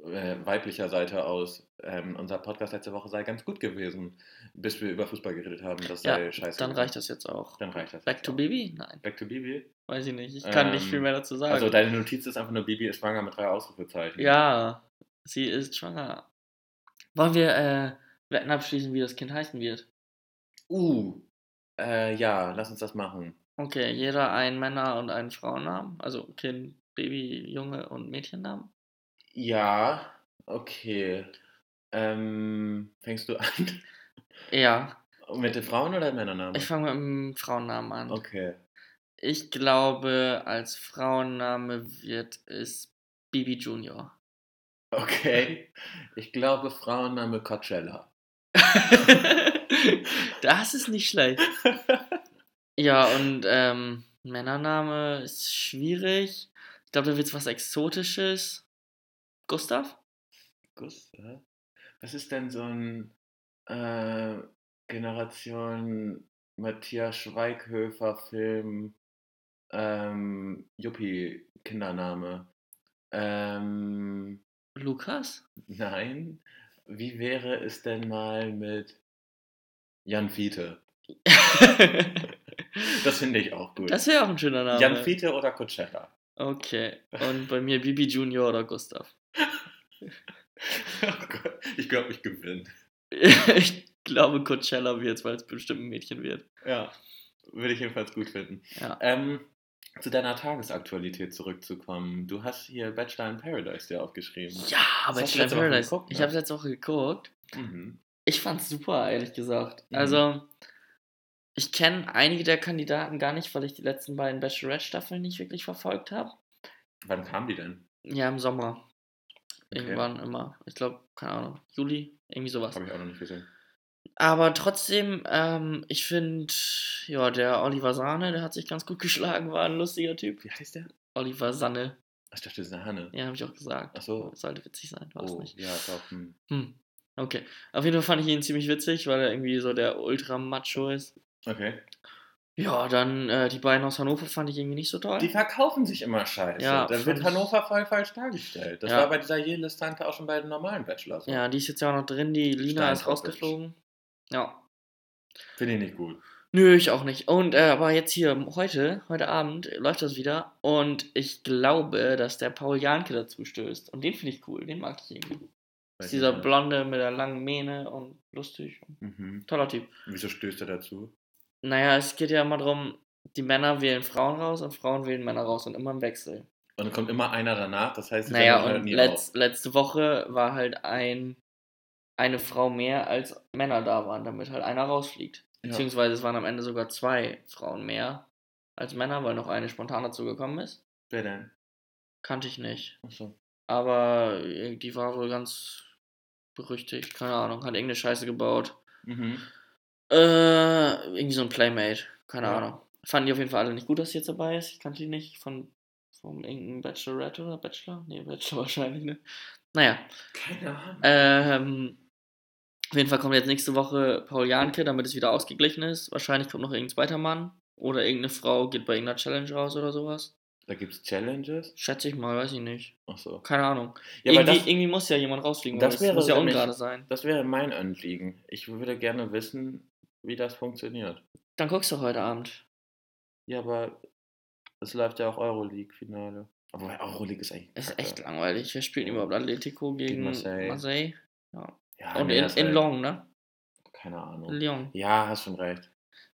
S1: äh, weiblicher Seite aus, ähm, unser Podcast letzte Woche sei ganz gut gewesen, bis wir über Fußball geredet haben. Das sei
S2: Ja,
S1: scheiße.
S2: dann
S1: gewesen.
S2: reicht das jetzt auch.
S1: Dann reicht das.
S2: Back to Baby? Nein,
S1: Back to Bibi.
S2: weiß ich nicht. Ich kann nicht
S1: Ähm,
S2: viel mehr dazu sagen.
S1: Also deine Notiz ist einfach nur Bibi ist schwanger mit drei Ausrufezeichen.
S2: ja, sie ist schwanger. Wollen wir äh, Wetten abschließen, wie das Kind heißen wird?
S1: Uh. Äh, ja, lass uns das machen.
S2: Okay, jeder einen Männer- und einen Frauennamen. Also Kind, Baby, Junge und Mädchennamen.
S1: Ja, okay. Ähm, fängst du an? *laughs*
S2: Ja,
S1: mit den Frauen oder Männernamen?
S2: ich fange mit dem Frauennamen an.
S1: Okay.
S2: Ich glaube, als Frauenname wird es Bibi Junior.
S1: Okay. Ich glaube, Frauenname Coachella.
S2: *laughs* das ist nicht schlecht. Ja, und ähm, Männername ist schwierig. Ich glaube, da wird es was Exotisches. Gustav?
S1: Gustav? äh. Was ist denn so ein äh, Generation Matthias Schweighöfer Film ähm, Yuppie Kindername? Ähm,
S2: Lukas?
S1: nein. wie wäre es denn mal mit Jan Fiete? *laughs* Das finde ich auch gut.
S2: *laughs* das wäre auch ein schöner Name.
S1: Jan Fiete oder Coachella? *laughs*
S2: Okay. Und bei mir Bibi Junior oder Gustav. *laughs*
S1: Oh Gott, ich glaube, ich gewinne.
S2: ich glaube, Coachella wird's, weil es bestimmt ein Mädchen wird.
S1: Ja, würde ich jedenfalls gut finden.
S2: Ja.
S1: Ähm, zu deiner Tagesaktualität zurückzukommen. Du hast hier Bachelor in Paradise dir aufgeschrieben.
S2: Ja, aber
S1: hast
S2: ich
S1: du letzte Woche
S2: Paradise.
S1: geguckt, ne?
S2: Ich habe letzte Woche geguckt.
S1: Mhm.
S2: Ich fand's super, ehrlich gesagt.
S1: Mhm.
S2: Also, ich kenne einige der Kandidaten gar nicht, weil ich die letzten beiden Bachelorette-Staffeln nicht wirklich verfolgt habe.
S1: Wann kam die denn?
S2: Ja, im Sommer.
S1: Okay.
S2: Irgendwann immer. Ich glaube, keine Ahnung, Juli, irgendwie sowas.
S1: Habe ich auch noch nicht gesehen.
S2: Aber trotzdem, ähm, ich finde, ja, der Oliver Sahne, der hat sich ganz gut *laughs* geschlagen, war ein lustiger Typ.
S1: Wie heißt der?
S2: Oliver Sanne,
S1: Ach, Ich dachte, das ist eine Hanne.
S2: ja, habe ich auch gesagt.
S1: Ach so.
S2: Sollte witzig sein, war es
S1: Oh,
S2: nicht.
S1: ja, doch. Hm.
S2: Hm. Okay. Auf jeden Fall fand ich ihn ziemlich witzig, weil er irgendwie so der Ultra-Macho ist.
S1: Okay.
S2: Ja, dann äh, die beiden aus Hannover fand ich irgendwie nicht so toll.
S1: Die verkaufen sich immer scheiße.
S2: Ja,
S1: da
S2: fand
S1: wird
S2: ich-
S1: Hannover voll falsch dargestellt. Das
S2: Ja.
S1: war bei dieser Jelis-Tante auch schon bei den normalen Bachelors.
S2: ja, die ist jetzt ja auch noch drin, die Lina ist
S1: Steinkoppel.
S2: rausgeflogen. Ja,
S1: Finde ich nicht gut.
S2: Nö, ich auch nicht. Und äh, aber jetzt hier m- heute, heute Abend äh, läuft das wieder und ich glaube, dass der Paul Janke dazu stößt. Und den finde ich cool, den mag ich irgendwie.
S1: Weiß
S2: Ist dieser
S1: nicht.
S2: Blonde mit der langen Mähne und lustig.
S1: Mhm.
S2: Toller Typ.
S1: Wieso stößt er dazu?
S2: Naja, es geht ja immer darum, die Männer wählen Frauen raus und Frauen wählen Männer raus und immer im Wechsel.
S1: Und dann kommt immer einer danach, das heißt, die
S2: naja,
S1: Sendung hört
S2: und letz, letzte Woche war halt ein eine Frau mehr als Männer da waren, damit halt einer rausfliegt.
S1: Ja.
S2: Beziehungsweise es waren am Ende sogar zwei Frauen mehr als Männer, weil noch eine spontan dazu gekommen ist.
S1: Wer denn?
S2: Kannte ich nicht.
S1: Achso.
S2: Aber äh, die war wohl ganz berüchtigt, keine Ahnung, hat irgendeine Scheiße gebaut.
S1: Mhm.
S2: Äh, irgendwie so ein Playmate, keine
S1: Ja.
S2: Ahnung. Fanden die auf jeden Fall alle nicht gut, dass sie jetzt dabei ist. Ich kannte die nicht von, von irgendeinem Bachelorette oder Bachelor? Nee, Bachelor *laughs* wahrscheinlich, ne? Naja,
S1: Keine Ahnung.
S2: ähm, auf jeden Fall kommt jetzt nächste Woche Paul Janke, damit es wieder ausgeglichen ist. Wahrscheinlich kommt noch irgendein zweiter Mann. Oder irgendeine Frau geht bei irgendeiner Challenge raus oder sowas.
S1: Da gibt es Challenges?
S2: Schätze ich mal, weiß ich nicht.
S1: Achso.
S2: Keine Ahnung.
S1: Ja, aber
S2: irgendwie,
S1: das,
S2: irgendwie muss ja jemand rausfliegen.
S1: Das
S2: Das, das
S1: wäre
S2: muss ja
S1: nämlich-
S2: ungerade sein.
S1: das wäre mein Anliegen. Ich würde gerne wissen, wie das funktioniert.
S2: Dann guckst du heute Abend.
S1: Ja, aber es läuft ja auch Euroleague-Finale. Aber Euroleague ist eigentlich.
S2: Ist
S1: kacke.
S2: echt langweilig. Wer spielt denn überhaupt Atletico gegen Marseille?
S1: Marseille. Ja,
S2: Und
S1: nee,
S2: in,
S1: das Oh.
S2: in
S1: halt-
S2: Long, ne?
S1: Keine Ahnung.
S2: Lyon.
S1: Ja, hast schon recht.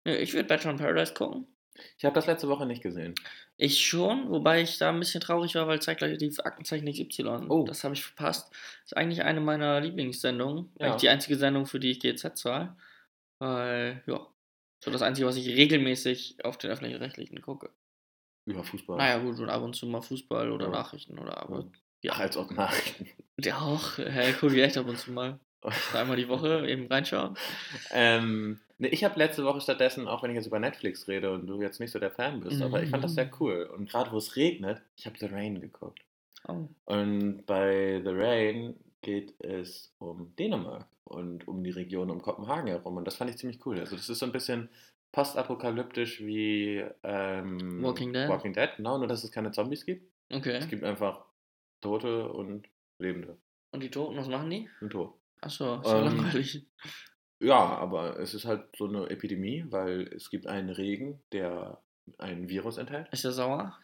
S2: Nö, ich würde Bachelor in Paradise gucken.
S1: Ich habe das letzte Woche nicht gesehen.
S2: Ich schon, wobei ich da ein bisschen traurig war, weil zeitgleich die Aktenzeichen XY.
S1: Oh.
S2: Das habe ich verpasst. Ist eigentlich eine meiner Lieblingssendungen.
S1: Ja.
S2: Eigentlich die einzige Sendung, für die ich GZ zahle. Weil, ja. So das Einzige, was ich regelmäßig auf den öffentlich-rechtlichen gucke.
S1: Über Fußball.
S2: Naja, gut, und ab und zu mal Fußball oder
S1: Ja.
S2: Nachrichten oder aber.
S1: Ja, Halt. als ob Nachrichten.
S2: Ja, auch. Hey, guck ich echt ab und zu mal. Einmal die Woche eben reinschauen.
S1: *laughs* Ähm, nee, ich habe letzte Woche stattdessen, auch wenn ich jetzt über Netflix rede und du jetzt nicht so der Fan
S2: Mhm.
S1: bist, aber ich fand das sehr cool. Und gerade wo es regnet, ich habe The Rain geguckt.
S2: Oh.
S1: Und bei The Rain geht es um Dänemark und um die Region um Kopenhagen herum. Und das fand ich ziemlich cool. Also das ist so ein bisschen postapokalyptisch wie ähm,
S2: Walking Dead?
S1: Walking Dead, genau, nur dass es keine Zombies gibt. Es
S2: Okay.
S1: gibt einfach Tote und Lebende.
S2: Und die Toten, was machen die?
S1: Und tot.
S2: Achso, ist ja
S1: Ähm,
S2: langweilig.
S1: Ja, aber es ist halt so eine Epidemie, weil es gibt einen Regen, der ein Virus enthält.
S2: Ist der sauer?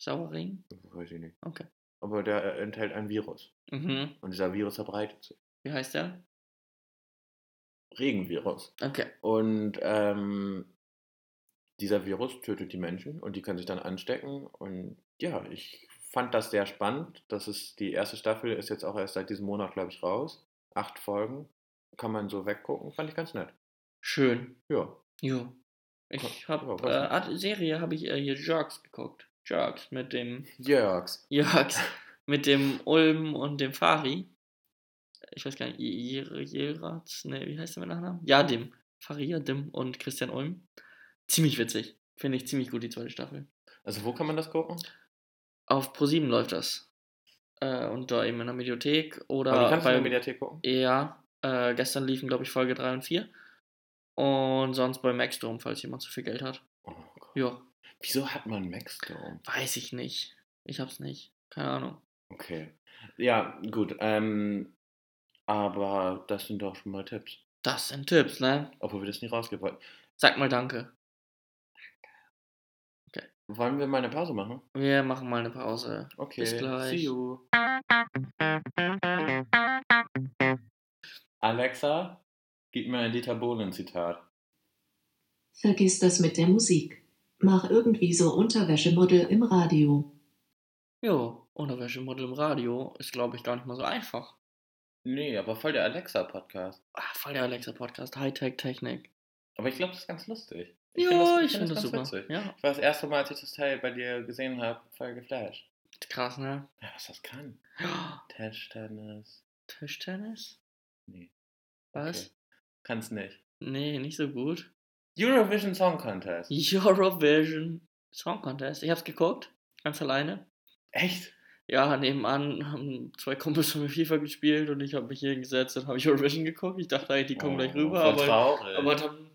S2: Sauerring?
S1: Weiß ich nicht.
S2: Okay.
S1: Aber der enthält ein Virus.
S2: Mhm.
S1: Und dieser Virus verbreitet sich.
S2: Wie heißt der?
S1: Regenvirus.
S2: Okay.
S1: Und ähm, dieser Virus tötet die Menschen und die können sich dann anstecken. Und ja, ich fand das sehr spannend. Das ist die erste Staffel, ist jetzt auch erst seit diesem Monat, glaube ich, raus. Acht Folgen. Kann man so weggucken. Fand ich ganz nett.
S2: Schön.
S1: Ja.
S2: Jo. Ich
S1: Ko-
S2: hab,
S1: ja,
S2: äh,
S1: weiß nicht.
S2: Art- Serie habe ich äh, hier Jerks geguckt. Jerks mit dem *laughs*
S1: Jörgs. *laughs*
S2: Jerks, mit dem Ulm und dem Fari. Ich weiß gar nicht, Jeratz, ne, wie heißt der mit Nachnamen? Jadim. Fari Jadim und Christian Ulm. Ziemlich witzig. Finde ich ziemlich gut, die zweite Staffel.
S1: Also, wo kann man das gucken?
S2: Auf ProSieben läuft das. Äh, und da eben in der Mediathek
S1: Aber du
S2: oder
S1: kannst in der
S2: bei
S1: Mediathek gucken?
S2: Ja, äh, gestern liefen, glaube ich, Folge 3 und 4. Und sonst bei Maxdome, falls jemand zu viel Geld hat.
S1: Oh Gott.
S2: Ja,
S1: Wieso hat man Maxdome?
S2: weiß ich nicht. Ich hab's nicht. Keine Ahnung.
S1: Okay. Ja, gut. Ähm, Aber das sind doch schon mal Tipps.
S2: Das sind Tipps, ne?
S1: Obwohl wir das nicht rausgeben wollten.
S2: Sag mal Danke.
S1: Wollen wir mal eine Pause machen?
S2: Wir machen mal eine Pause.
S1: Okay.
S2: Bis gleich.
S1: See you. Alexa, gib mir ein Dieter Bohlen-Zitat.
S3: Vergiss das mit der Musik. Mach irgendwie so Unterwäschemodel im Radio.
S2: Jo, Unterwäschemodel im Radio ist, glaube ich, gar nicht mal so einfach.
S1: Nee, aber voll der Alexa-Podcast.
S2: Ah, voll der Alexa-Podcast, Hightech-Technik.
S1: Aber ich glaube, das ist ganz lustig.
S2: Jo,
S1: find
S2: ich finde das,
S1: ganz
S2: super.
S1: witzig.
S2: Ja,
S1: Ich war das erste Mal, als ich das Teil bei dir gesehen habe, voll geflasht.
S2: krass, ne? *gasps*
S1: Ja, was das kann. Tischtennis.
S2: Tischtennis?
S1: Nee.
S2: Was?
S1: Kann's nicht.
S2: Nee, nicht so gut.
S1: Eurovision Song Contest.
S2: Eurovision Song Contest. Ich hab's geguckt, ganz alleine.
S1: Echt?
S2: Ja, nebenan haben zwei Kumpels von mir FIFA gespielt und ich habe mich hier hingesetzt und habe Eurovision geguckt. Ich dachte eigentlich, die kommen gleich rüber,
S1: Oh, voll
S2: aber,
S1: traurig.
S2: aber dann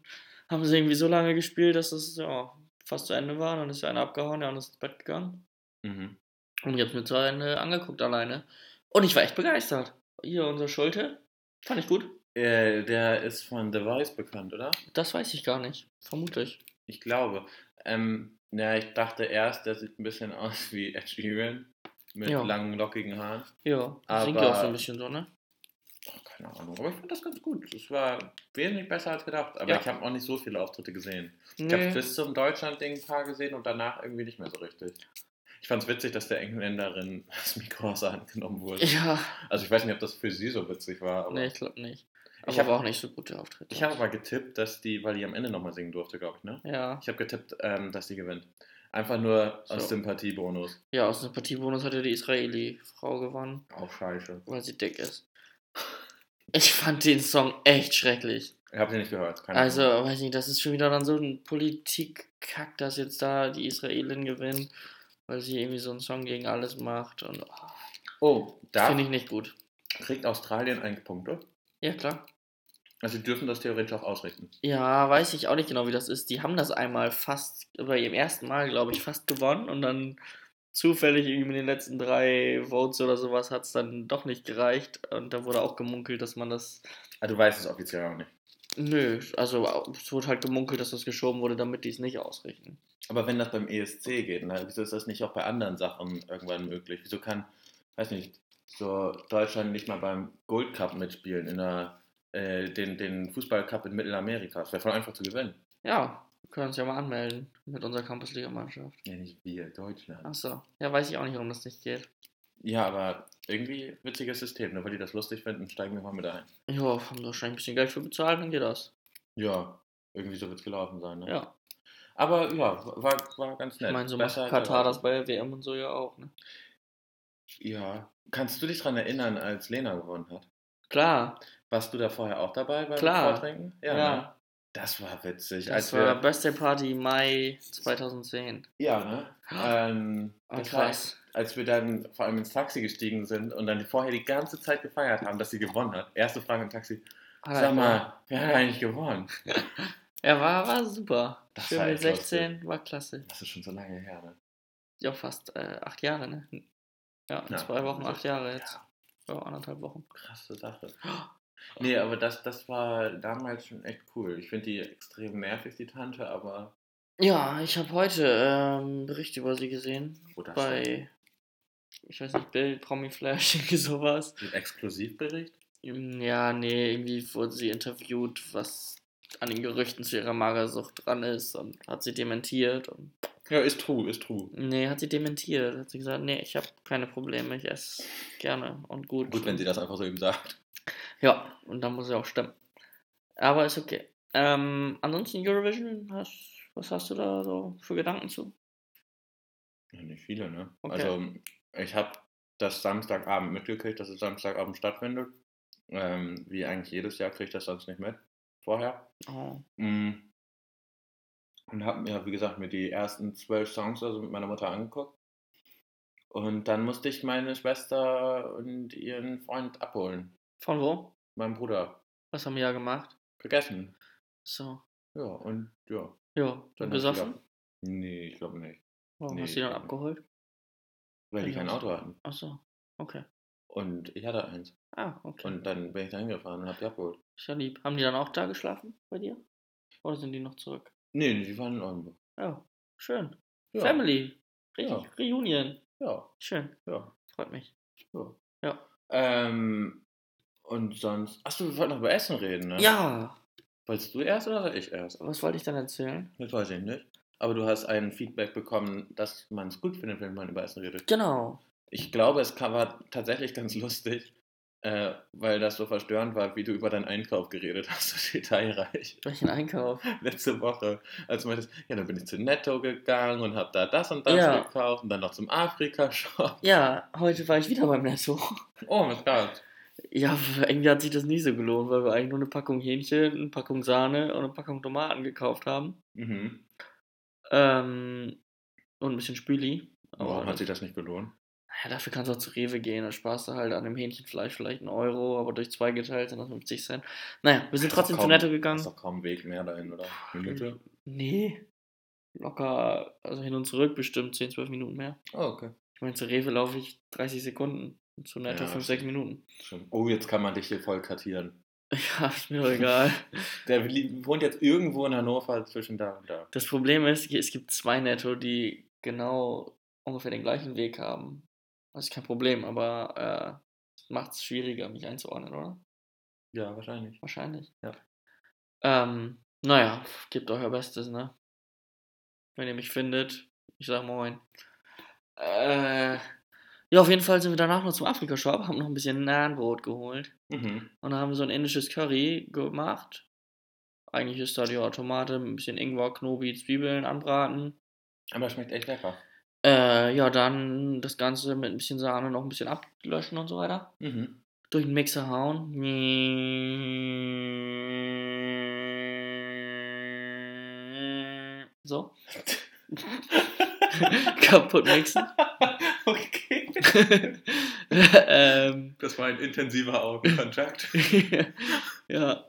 S2: haben sie irgendwie so lange gespielt, dass es ja, fast zu Ende war. Dann ist der eine abgehauen, der andere ist ins Bett gegangen.
S1: mhm.
S2: Und ich hab's mir zu Ende angeguckt alleine. Und ich war echt begeistert. Hier, unser Schulte. Fand ich gut.
S1: äh, der ist von The Voice bekannt, oder?
S2: Das weiß ich gar nicht. Vermute ich.
S1: Ich glaube. Ähm, na, ich dachte erst, der sieht ein bisschen *laughs* aus wie Ed Sheeran mit
S2: Ja.
S1: langen, lockigen Haaren.
S2: Ja,
S1: Aber-
S2: singt ja auch so ein bisschen so, ne?
S1: Ach, keine Ahnung. Aber ich fand das ganz gut. Es war wesentlich besser als gedacht. Aber
S2: Ja.
S1: ich habe auch nicht so viele Auftritte gesehen. Ich habe
S2: Nee.
S1: bis zum Deutschland-Ding ein paar gesehen und danach irgendwie nicht mehr so richtig. Ich fand es witzig, dass der Engländerin *laughs* das Mikro aus der Hand genommen wurde.
S2: Ja,
S1: Also ich weiß nicht, ob das für sie so witzig war. Aber
S2: nee, ich glaube nicht. Aber
S1: hab-
S2: war auch nicht so gute Auftritte.
S1: ich habe mal getippt, dass die, weil die am Ende nochmal singen durfte, glaube ich, ne?
S2: Ja.
S1: Ich habe getippt, ähm, dass die gewinnt. Einfach nur aus
S2: So.
S1: Sympathiebonus.
S2: Ja, aus dem Partiebonus hat ja die Israeli-Frau gewonnen,
S1: Auch scheiße.
S2: weil sie dick ist. Ich fand den Song echt schrecklich.
S1: Ich habe sie nicht gehört. Keine
S2: Also,
S1: Ahnung.
S2: weiß nicht, das ist schon wieder dann so ein Politikkack, dass jetzt da die Israelin gewinnt, weil sie irgendwie so einen Song gegen alles macht. Und oh,
S1: Oh, da
S2: finde ich nicht gut.
S1: kriegt Australien einen Punkte.
S2: Ja, klar.
S1: Also sie dürfen das theoretisch auch ausrichten.
S2: Ja, weiß ich auch nicht genau, wie das ist. Die haben das einmal fast, bei ihrem ersten Mal, glaube ich, fast gewonnen und dann zufällig irgendwie mit den letzten drei Votes oder sowas hat es dann doch nicht gereicht und da wurde auch gemunkelt, dass man das.
S1: Also du weißt es offiziell auch nicht.
S2: Nö, also es wurde halt gemunkelt, dass das geschoben wurde, damit die es nicht ausrichten.
S1: Aber wenn das beim ESC geht, ne, wieso ist das nicht auch bei anderen Sachen irgendwann möglich? Wieso kann, weiß nicht, so Deutschland nicht mal beim Gold Cup mitspielen, in der, äh, den, den Fußball Cup in Mittelamerika? Das wäre voll einfach zu gewinnen.
S2: Ja, wir können uns ja mal anmelden mit unserer Campus-Liga-Mannschaft.
S1: Ja, nicht wir, Deutschland.
S2: Achso, ja, weiß ich auch nicht, warum das nicht geht.
S1: Ja, aber irgendwie witziges System. Nur weil die das lustig finden, steigen wir mal mit ein.
S2: Jo, haben wir wahrscheinlich ein bisschen Geld für bezahlt, dann geht das.
S1: Ja, irgendwie so wird es gelaufen sein. Ne?
S2: Ja,
S1: Aber ja, war, war ganz nett.
S2: ich meine, so macht
S1: Besser als
S2: Katar das
S1: erwartet.
S2: bei der WM und so ja auch, ne?
S1: Ja. Kannst du dich daran erinnern, als Lena gewonnen hat?
S2: Klar,
S1: Warst du da vorher auch dabei beim
S2: Klar.
S1: Vortrinken?
S2: ja.
S1: Ne? Das war witzig.
S2: Das
S1: als wir,
S2: war Birthday Party Mai 2010.
S1: ja, ne? Ähm,
S2: Ah,
S1: das war,
S2: krass.
S1: als wir dann vor allem ins Taxi gestiegen sind und dann vorher die ganze Zeit gefeiert haben, dass sie gewonnen hat. Erste Frage im Taxi:
S2: Hat er
S1: Sag
S2: gemacht.
S1: mal, wer hat eigentlich gewonnen?
S2: Er war, war halt super.
S1: Das
S2: Schön
S1: war
S2: mit
S1: echt
S2: 16, war klasse.
S1: Das ist schon so lange her, ne?
S2: Ja, fast äh, acht Jahre, ne? Ja, in
S1: Ja,
S2: zwei Wochen,
S1: also-
S2: acht Jahre jetzt. Ja, anderthalb Wochen.
S1: Krasse Sache. Nee, aber das, das war damals schon echt cool. Ich finde die extrem nervig, die Tante, aber.
S2: Ja, ich habe heute ähm, einen Bericht über sie gesehen.
S1: Oh, das
S2: Bei, ich weiß nicht, Bild, Promi Flash, *laughs* irgendwie sowas.
S1: Ein Exklusivbericht?
S2: Hm, Ja, nee, irgendwie wurde sie interviewt, was an den Gerüchten zu ihrer Magersucht dran ist und hat sie dementiert und
S1: Ja, ist true, ist true.
S2: Nee, hat sie dementiert. Hat sie gesagt, nee, ich habe keine Probleme, ich esse gerne und gut.
S1: Gut, wenn sie das einfach so eben sagt.
S2: Ja, und dann muss sie auch stimmen. Aber ist okay. Ähm, ansonsten Eurovision, hast, was hast du da so für Gedanken zu?
S1: Ja, nicht viele, ne?
S2: Okay.
S1: Also, ich habe das Samstagabend mitgekriegt, dass es Samstagabend stattfindet. Ähm, wie eigentlich jedes Jahr kriege ich das sonst nicht mit. Vorher.
S2: Oh,
S1: Mm. Und habe mir, wie gesagt, mir die ersten zwölf Songs also mit meiner Mutter angeguckt. Und dann musste ich meine Schwester und ihren Freund abholen.
S2: von wo?
S1: Mein Bruder.
S2: Was haben wir ja gemacht?
S1: Vergessen.
S2: So.
S1: Ja, und ja. dann
S2: Ja, dann
S1: hab ich
S2: besoffen?
S1: gedacht, Nee, ich glaube nicht.
S2: Warum
S1: nee,
S2: hast du die dann
S1: ich glaub nicht.
S2: abgeholt?
S1: Weil die kein
S2: Ja.
S1: Auto hatten.
S2: Achso, okay.
S1: Und ich hatte eins.
S2: Ah, okay.
S1: Und dann bin ich da hingefahren und hab die abgeholt.
S2: Ist ja lieb. Haben die dann auch da geschlafen bei dir? Oder sind die noch zurück?
S1: Nee, nee, die waren in Oldenburg.
S2: Ja, schön.
S1: Ja.
S2: Family. Richtig.
S1: Ja.
S2: Reunion.
S1: Ja,
S2: Schön.
S1: ja.
S2: Freut mich.
S1: Ähm, und sonst. Achso, wir wollten noch über Essen reden, ne?
S2: Ja.
S1: Wolltest du erst oder soll ich erst?
S2: Was wollte ich dann erzählen?
S1: Das weiß ich nicht. Aber du hast ein Feedback bekommen, dass man es gut findet, wenn man über Essen redet.
S2: Genau.
S1: Ich glaube, es kam- war tatsächlich ganz *laughs* lustig, äh, weil das so verstörend war, wie du über deinen Einkauf geredet hast, so detailreich.
S2: Welchen Einkauf?
S1: *laughs* Letzte Woche, als du meintest, ja, dann bin ich zu Netto gegangen und habe da das und das
S2: Ja.
S1: gekauft und dann noch zum Afrika-Shop. *laughs*
S2: Ja, heute war ich wieder beim Netto.
S1: Oh mein Gott.
S2: Ja, irgendwie hat sich das nie so gelohnt, weil wir eigentlich nur eine Packung Hähnchen, eine Packung Sahne und eine Packung Tomaten gekauft haben.
S1: Mhm.
S2: Ähm, und ein bisschen Spüli. Aber
S1: Warum hat
S2: Oh, das-
S1: sich das nicht gelohnt?
S2: Ja, dafür kannst du auch zu Rewe gehen. Da sparst du halt an dem Hähnchenfleisch vielleicht einen Euro, aber durch zwei geteilt sind das 50 Cent. Naja, wir sind trotzdem
S1: Ist doch kaum-
S2: zu Netto
S1: Ist
S2: gegangen.
S1: doch kaum Weg mehr dahin, oder? Minute?
S2: Nee. Locker, also hin und zurück bestimmt 10, 12 Minuten mehr.
S1: Oh, okay.
S2: Ich meine, zu Rewe laufe ich 30 Sekunden. und Zu Netto
S1: Ja,
S2: 5, 6 Minuten.
S1: Stimmt. Oh, jetzt kann man dich hier voll kartieren.
S2: *laughs* Ja, ist mir doch egal.
S1: Der li- wohnt jetzt irgendwo in Hannover zwischen da und da.
S2: Das Problem ist, es gibt zwei Netto, die genau ungefähr den gleichen Weg haben. Das ist kein Problem, aber äh, macht es schwieriger, mich einzuordnen, oder?
S1: Ja, wahrscheinlich.
S2: Wahrscheinlich.
S1: Ja.
S2: Ähm, naja, gebt euer Bestes, ne? Wenn ihr mich findet, ich sag moin. Äh, ja, auf jeden Fall sind wir danach noch zum Afrika-Shop, haben noch ein bisschen Naanbrot geholt.
S1: Mhm.
S2: Und dann haben wir so ein indisches Curry gemacht. Eigentlich ist da die Tomate mit ein bisschen Ingwer, Knobi, Zwiebeln anbraten.
S1: Aber schmeckt echt lecker.
S2: Äh, ja, dann das Ganze mit ein bisschen Sahne noch ein bisschen ablöschen und so weiter
S1: Mhm.
S2: *laughs* durch den Mixer hauen. So. *laughs* Kaputt mixen. *laughs*
S1: okay.
S2: ähm,
S1: Das war ein intensiver Augenkontakt.
S2: *laughs* ja.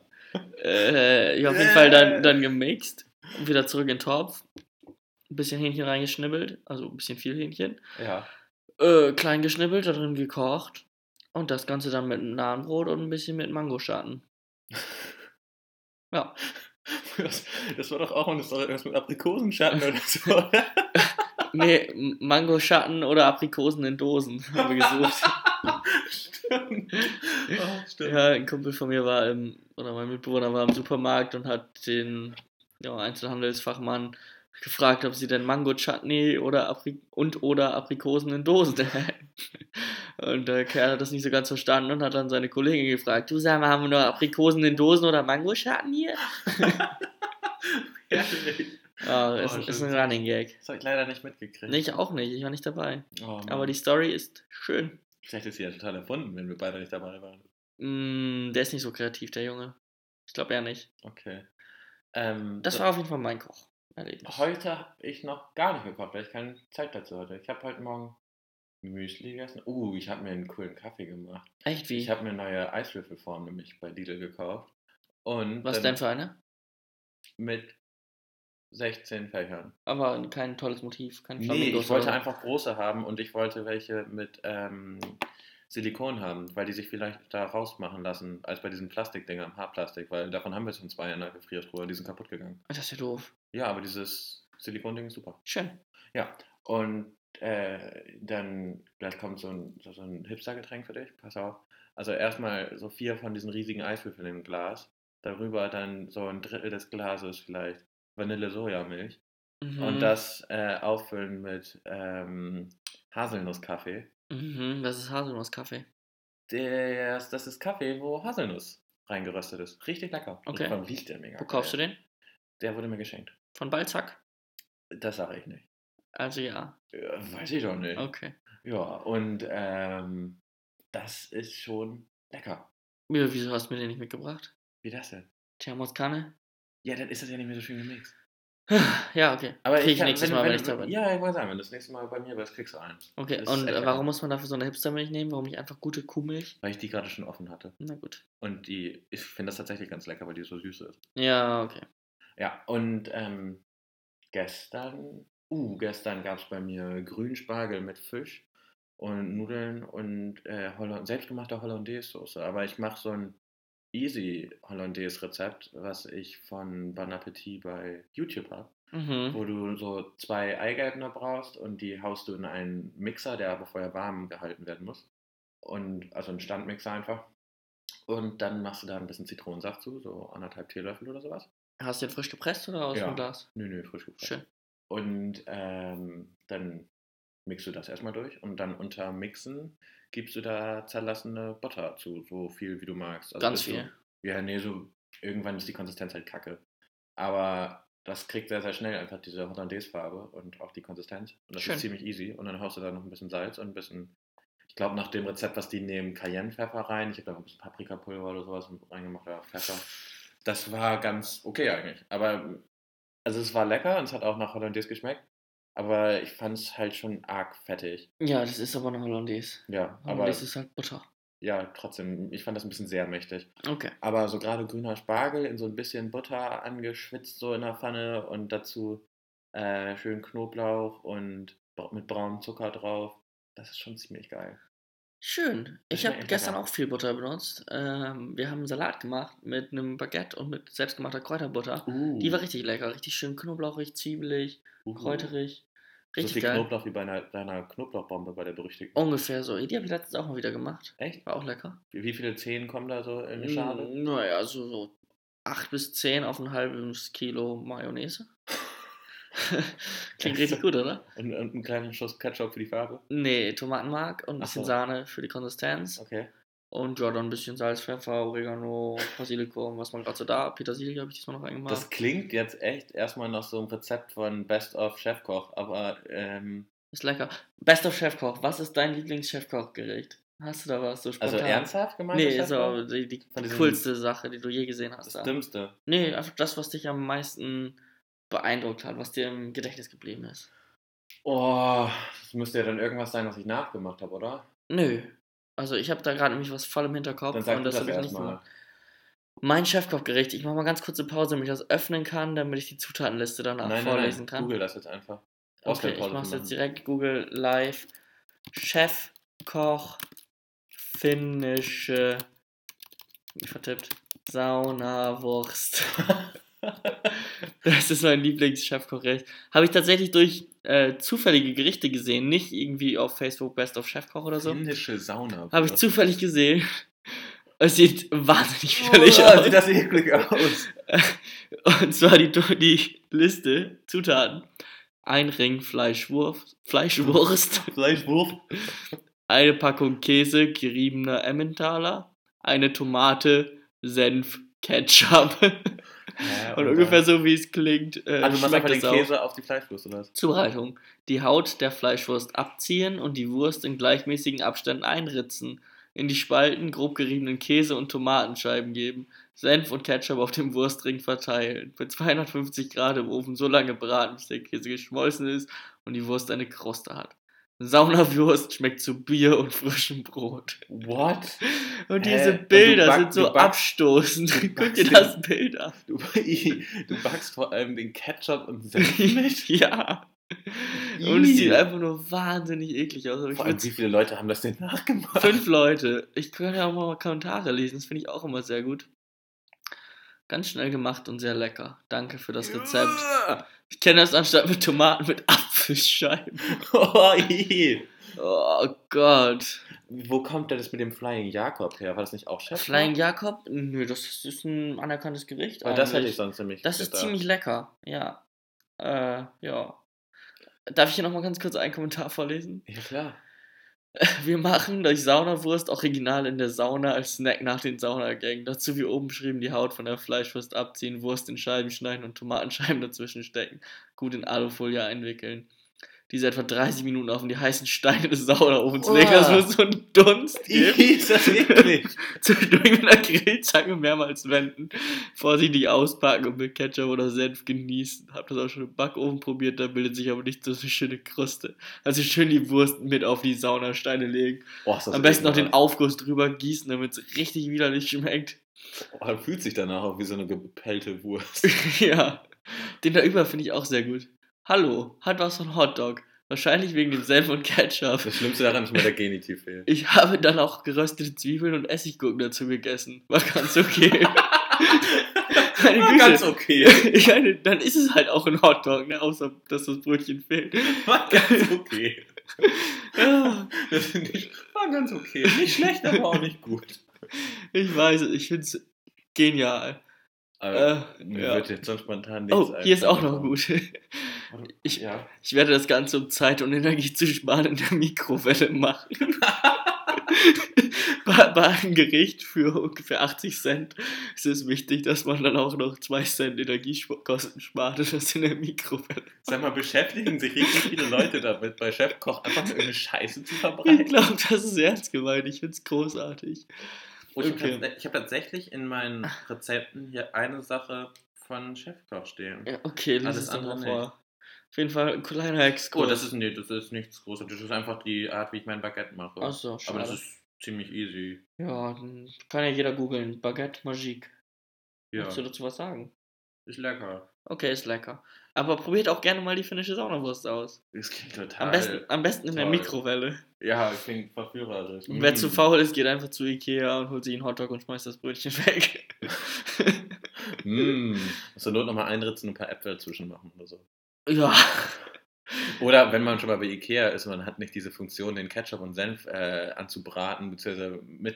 S2: Äh, ja, auf jeden Fall dann, dann gemixt. Und wieder zurück in den Topf. Ein bisschen Hähnchen reingeschnibbelt. Also ein bisschen viel Hähnchen.
S1: ja.
S2: äh, klein geschnippelt, da drin gekocht. Und das Ganze dann mit Nahenbrot und ein bisschen mit Mangoschatten. ja.
S1: Das, das war doch auch eine Story irgendwas mit Aprikosenschatten oder so.
S2: *laughs*
S1: oder?
S2: Nee, M- Mangoschatten oder Aprikosen in Dosen haben wir gesucht. *laughs*
S1: stimmt. Oh, stimmt.
S2: ja, ein Kumpel von mir war im, oder mein Mitbewohner war im Supermarkt und hat den ja, Einzelhandelsfachmann gefragt, ob sie denn Mango-Chutney oder Apri und oder Aprikosen in Dosen *laughs* hätten. Und der Kerl hat das nicht so ganz verstanden und hat dann seine Kollegin gefragt, du sag mal, haben wir nur Aprikosen in Dosen oder Mango-Chutney hier?
S1: Herrlich.
S2: Ja, ist,
S1: Oh,
S2: ist
S1: schön.
S2: ein Running Gag.
S1: Das habe ich leider nicht mitgekriegt.
S2: Nee, ich auch nicht, ich war nicht dabei.
S1: Oh, Mann.
S2: Aber die Story ist schön.
S1: Vielleicht ist sie ja total erfunden, wenn wir beide nicht dabei waren.
S2: Mm, der ist nicht so kreativ, der Junge. Ich glaube eher nicht.
S1: Okay. Ähm,
S2: Das
S1: so-
S2: war auf jeden Fall mein Koch. Erlebnis.
S1: Heute habe ich noch gar nicht gekocht, weil ich keine Zeit dazu hatte. Ich habe heute Morgen Müsli gegessen. Uh, ich habe mir einen coolen Kaffee gemacht.
S2: Echt wie?
S1: Ich habe mir neue Eiswürfelform nämlich bei Lidl gekauft. Und
S2: Was
S1: dann
S2: denn für eine?
S1: mit 16 Fächern.
S2: Aber kein tolles Motiv, kein
S1: Nee, ich wollte
S2: oder-
S1: einfach große haben und ich wollte welche mit ähm, Silikon haben, weil die sich vielleicht da rausmachen lassen, als bei diesen Plastikdinger am Haarplastik, weil davon haben wir schon zwei in der Gefriertruhe, die sind kaputt gegangen.
S2: Das ist ja doof.
S1: Ja, aber dieses Silikonding ist super.
S2: Schön.
S1: Und äh, dann gleich kommt so ein, so, so ein Hipster-Getränk für dich, pass auf. Also erstmal so vier von diesen riesigen Eiswürfeln im Glas. Darüber dann so ein Drittel des Glases vielleicht Vanille-Sojamilch.
S2: Mhm.
S1: Und das äh, auffüllen mit ähm, Haselnusskaffee.
S2: Mhm, das ist Haselnusskaffee.
S1: Der, das ist Kaffee, wo Haselnuss reingeröstet ist. Richtig lecker.
S2: Okay.
S1: Und vor allem riecht der mega.
S2: Wo kaufst du
S1: geil.
S2: den?
S1: Der wurde mir geschenkt.
S2: Von Balzac?
S1: Das sage ich nicht.
S2: Also ja.
S1: Ja, weiß ich doch nicht.
S2: Okay.
S1: Ja, und ähm, das ist schon lecker.
S2: Ja, wieso hast du mir den nicht mitgebracht?
S1: Wie das denn?
S2: Thermoskanne?
S1: Ja, dann ist das ja nicht mehr so schön gemixt.
S2: Ja, okay.
S1: Aber
S2: Krieg ich
S1: kann-
S2: nächstes
S1: wenn,
S2: Mal, wenn,
S1: wenn,
S2: ich da bin.
S1: Ja, ich wollte sagen, wenn du das nächste Mal bei mir bist, kriegst du einen.
S2: okay,
S1: das
S2: und
S1: ist echt
S2: äh,
S1: lecker.
S2: warum muss man dafür so eine Hipstermilch nehmen? Warum nicht einfach gute Kuhmilch?
S1: Weil ich die gerade schon offen hatte.
S2: Na gut.
S1: Und die, ich finde das tatsächlich ganz lecker, weil die so süß ist.
S2: Ja, okay.
S1: Ja, und ähm, gestern, uh, gestern gab es bei mir Grünspargel mit Fisch und Nudeln und äh, Holla- selbstgemachte Hollandaise-Soße. Aber ich mache so ein easy Hollandaise-Rezept, was ich von Bon Appetit bei YouTube habe,
S2: Mhm.
S1: wo du so zwei Eigelbner brauchst und die haust du in einen Mixer, der aber vorher warm gehalten werden muss. Und, also einen Standmixer einfach. Und dann machst du da ein bisschen Zitronensaft zu, so anderthalb Teelöffel oder sowas.
S2: Hast du den frisch gepresst oder aus
S1: Ja.
S2: dem Glas?
S1: Nö, nö, frisch gepresst.
S2: Schön.
S1: Und ähm, dann mixt du das erstmal durch und dann unter Mixen gibst du da zerlassene Butter zu, so viel wie du magst. Also
S2: Ganz
S1: bis du-
S2: viel.
S1: Ja, nee, so irgendwann ist die Konsistenz halt kacke. Aber das kriegt sehr, sehr schnell einfach diese Hollandaise-Farbe und auch die Konsistenz. Und das
S2: Schön.
S1: ist ziemlich easy. Und dann haust du da noch ein bisschen Salz und ein bisschen, ich glaube, nach dem Rezept, was die nehmen, Cayennepfeffer rein. Ich habe da noch ein bisschen Paprikapulver oder sowas reingemacht oder Pfeffer. Das war ganz okay eigentlich. Aber also es war lecker und es hat auch nach Hollandaise geschmeckt. Aber ich fand es halt schon arg fettig.
S2: Ja, das ist aber eine Hollandaise.
S1: Ja, aber
S2: Hollandaise ist halt Butter.
S1: ja, trotzdem, ich fand das ein bisschen sehr mächtig.
S2: Okay.
S1: Aber so gerade grüner Spargel in so ein bisschen Butter angeschwitzt, so in der Pfanne und dazu äh, schön Knoblauch und bra- mit braunem Zucker drauf. Das ist schon ziemlich geil.
S2: Schön. Ich
S1: schmeckt
S2: habe
S1: lecker.
S2: gestern auch viel Butter benutzt. Ähm, wir haben einen Salat gemacht mit einem Baguette und mit selbstgemachter Kräuterbutter. Die war richtig lecker, richtig schön knoblauchig, zwiebelig,
S1: uh,
S2: kräuterig. Richtig
S1: so viel
S2: geil.
S1: Knoblauch wie bei einer, deiner Knoblauchbombe bei der berüchtigten.
S2: Ungefähr so. Die habe ich letztens auch mal wieder gemacht.
S1: Echt?
S2: War auch lecker.
S1: Wie wie viele Zehen kommen da so in eine Schale?
S2: Mm, Naja, so, so 8 bis 10 auf ein halbes Kilo Mayonnaise. *laughs* Klingt richtig gut, oder?
S1: Und, und einen kleinen Schuss Ketchup für die Farbe?
S2: Nee, Tomatenmark und ein
S1: Ach
S2: bisschen
S1: so.
S2: Sahne für die Konsistenz.
S1: Okay.
S2: Und ja, dann ein bisschen Salz, Pfeffer, Oregano, Basilikum, was man gerade so da hat. Petersilie habe ich diesmal noch reingemacht.
S1: Das klingt jetzt echt erstmal nach so einem Rezept von Best of Chefkoch, aber ähm,
S2: ist lecker. Best of Chefkoch. Was ist dein Lieblings-Chefkoch-Gericht? Hast du da was so
S1: also
S2: spontan?
S1: ernsthaft gemeint?
S2: Nee, so die, die
S1: Von diesem-
S2: coolste Sache, die du je gesehen hast.
S1: Das
S2: Da.
S1: Dümmste.
S2: Nee, einfach das, was dich am meisten beeindruckt hat, was dir im Gedächtnis geblieben ist.
S1: Oh, das müsste ja dann irgendwas sein, was ich nachgemacht habe, oder?
S2: Nö. Also ich habe da gerade nämlich was voll im Hinterkopf
S1: Dann sag
S2: und
S1: du
S2: das
S1: das
S2: habe ich nicht
S1: erstmal.
S2: gemacht. Mein Chefkochgericht. Ich mache mal ganz kurze Pause, damit ich das öffnen kann, damit ich die Zutatenliste danach
S1: Nein, nein,
S2: vorlesen
S1: nein,
S2: kann.
S1: google das jetzt einfach.
S2: Okay, ich
S1: Auslandpause
S2: mach's
S1: machen.
S2: jetzt direkt. Google live. Chefkoch finnische. Ich vertippt. Saunawurst. *laughs* das ist mein Lieblings-Chefkochgericht. Habe ich tatsächlich durch äh, zufällige Gerichte gesehen, nicht irgendwie auf Facebook Best of Chefkoch oder so.
S1: Indische Sauna.
S2: Habe ich zufällig gesehen. Es sieht wahnsinnig
S1: völlig
S2: widerlich
S1: oh, Sieht
S2: aus.
S1: das eklig
S2: *laughs*
S1: aus.
S2: Und zwar die, die Liste Zutaten. Ein Ring Fleischwurst, Fleischwurst
S1: *laughs* Fleischwurf.
S2: eine Packung Käse, geriebener Emmentaler, eine Tomate, Senf, Ketchup. *laughs*
S1: Ja,
S2: und
S1: und
S2: ungefähr
S1: dann-
S2: so wie es klingt, äh,
S1: Also, du machst
S2: schmeckt
S1: einfach den
S2: es auch.
S1: Käse auf die Fleischwurst, oder was?
S2: Zubereitung. Die Haut der Fleischwurst abziehen und die Wurst in gleichmäßigen Abständen einritzen. In die Spalten grob geriebenen Käse und Tomatenscheiben geben. Senf und Ketchup auf dem Wurstring verteilen. Bei 250 Grad im Ofen so lange braten, bis der Käse geschmolzen ist und die Wurst eine Kruste hat. Saunawurst schmeckt zu Bier und frischem Brot.
S1: What?
S2: Und
S1: Hä?
S2: diese
S1: Und du
S2: Bilder
S1: back-
S2: sind so
S1: du back- du
S2: abstoßend. Guck dir
S1: backst
S2: das Bild an.
S1: Du, *laughs* du backst vor allem den Ketchup und
S2: *laughs*
S1: Senf mit.
S2: ja. Und es sieht
S1: Ih.
S2: einfach nur wahnsinnig eklig aus. Aber ich
S1: Vor allem,
S2: würd's-
S1: wie viele Leute haben das denn nachgemacht?
S2: fünf Leute. Ich kann ja auch mal Kommentare lesen. Das finde ich auch immer sehr gut. Ganz schnell gemacht und sehr lecker. Danke für das Rezept. Ich kenne das anstatt mit Tomaten mit *laughs* Apfelscheiben.
S1: *laughs* Oh, ii.
S2: Oh Gott.
S1: Wo kommt denn das mit dem Flying Jakob her? War das nicht auch Chef?
S2: Flying Jakob? Nö, das ist, ist ein anerkanntes Gericht.
S1: Weil das hätte
S2: eigentlich.
S1: ich sonst nämlich.
S2: Das ist
S1: gedacht.
S2: ziemlich lecker, ja. Äh, ja. Darf ich hier nochmal ganz kurz einen Kommentar vorlesen?
S1: Ja, klar.
S2: Wir machen durch Saunawurst original in der Sauna als Snack nach den Saunagängen. Dazu wie oben beschrieben die Haut von der Fleischwurst abziehen, Wurst in Scheiben schneiden und Tomatenscheiben dazwischen stecken. Gut in Alufolie einwickeln. Diese etwa 30 Minuten auf in die heißen Steine des Saunaofens
S1: Uah.
S2: legen. Das wird so ein Dunst geben.
S1: Ih, *laughs* ist das eklig.
S2: Zwischendurch mit einer Grillzange mehrmals wenden. Vorsichtig auspacken und mit Ketchup oder Senf genießen. Hab das auch schon im Backofen probiert, da bildet sich aber nicht so eine schöne Kruste. Also schön die Wurst mit auf die Saunasteine legen.
S1: Oh, ist das
S2: Am besten noch den
S1: ekelhaft.
S2: Aufguss drüber gießen, damit es richtig widerlich schmeckt. *laughs*
S1: Oh, fühlt sich danach auch wie so eine gepellte
S2: *laughs*
S1: Wurst.
S2: ja. Den da über finde ich auch sehr gut. Hallo, hat was von Hotdog. Wahrscheinlich wegen dem Senf und Ketchup.
S1: Das Schlimmste daran ist, wenn der Genitiv fehlt.
S2: Ich habe dann auch geröstete Zwiebeln und Essiggurken dazu gegessen. War
S1: *laughs*
S2: ganz okay. Meine Güte.
S1: Ganz okay.
S2: Ich meine, dann ist es halt auch ein Hotdog, ne? außer dass das Brötchen fehlt. Ah,
S1: War
S2: *laughs*
S1: ganz okay.
S2: Ja,
S1: Das finde ich. War ganz okay. Nicht schlecht, aber auch nicht gut.
S2: ich weiß, es, ich finde es genial.
S1: Aber
S2: Äh,
S1: Also, mir
S2: ja.
S1: wird jetzt sonst spontan nichts
S2: Oh, hier ist auch noch
S1: einfallen.
S2: gut. Ich-
S1: ja.
S2: Ich werde das Ganze, um Zeit und Energie zu sparen, in der Mikrowelle machen.
S1: *laughs*
S2: bei, bei einem Gericht für ungefähr 80 Cent ist es wichtig, dass man dann auch noch 2 Cent Energiekosten spart und das in der Mikrowelle.
S1: Sag mal, beschäftigen sich richtig viele Leute damit, bei Chefkoch einfach so eine Scheiße zu
S2: Ich
S1: verbreiten.
S2: glaube, das ist ernst gemeint. Ich finde es großartig.
S1: Oh, ich
S2: Okay.
S1: habe tats hab tatsächlich in meinen Rezepten hier eine Sache von Chefkoch stehen.
S2: Ja, okay, lies
S1: Alles
S2: es doch mal
S1: andere nicht.
S2: vor. Auf jeden Fall ein kleiner Exkurs.
S1: Oh, das ist, nee, das ist nichts Großes. Das ist einfach die Art, wie ich mein Baguette mache.
S2: Ach so, schade.
S1: Aber das ist ziemlich easy.
S2: ja, dann kann ja jeder googeln. Baguette Magique.
S1: Ja,
S2: Kannst du dazu was sagen?
S1: ist lecker.
S2: Okay, ist lecker. Aber probiert auch gerne mal die finnische Saunawurst aus.
S1: Es klingt total.
S2: Am besten, am besten in der
S1: toll.
S2: Mikrowelle.
S1: Ja, klingt verführerisch.
S2: Und wer
S1: Mm.
S2: zu faul ist, geht einfach zu Ikea und holt sich einen Hotdog und schmeißt das Brötchen
S1: *laughs*
S2: weg.
S1: Mm. Zur Not nochmal einritzen und ein paar Äpfel dazwischen machen oder so.
S2: ja. *laughs*
S1: Oder wenn man schon mal bei Ikea ist, man hat nicht diese Funktion, den Ketchup und Senf äh, anzubraten bzw. mit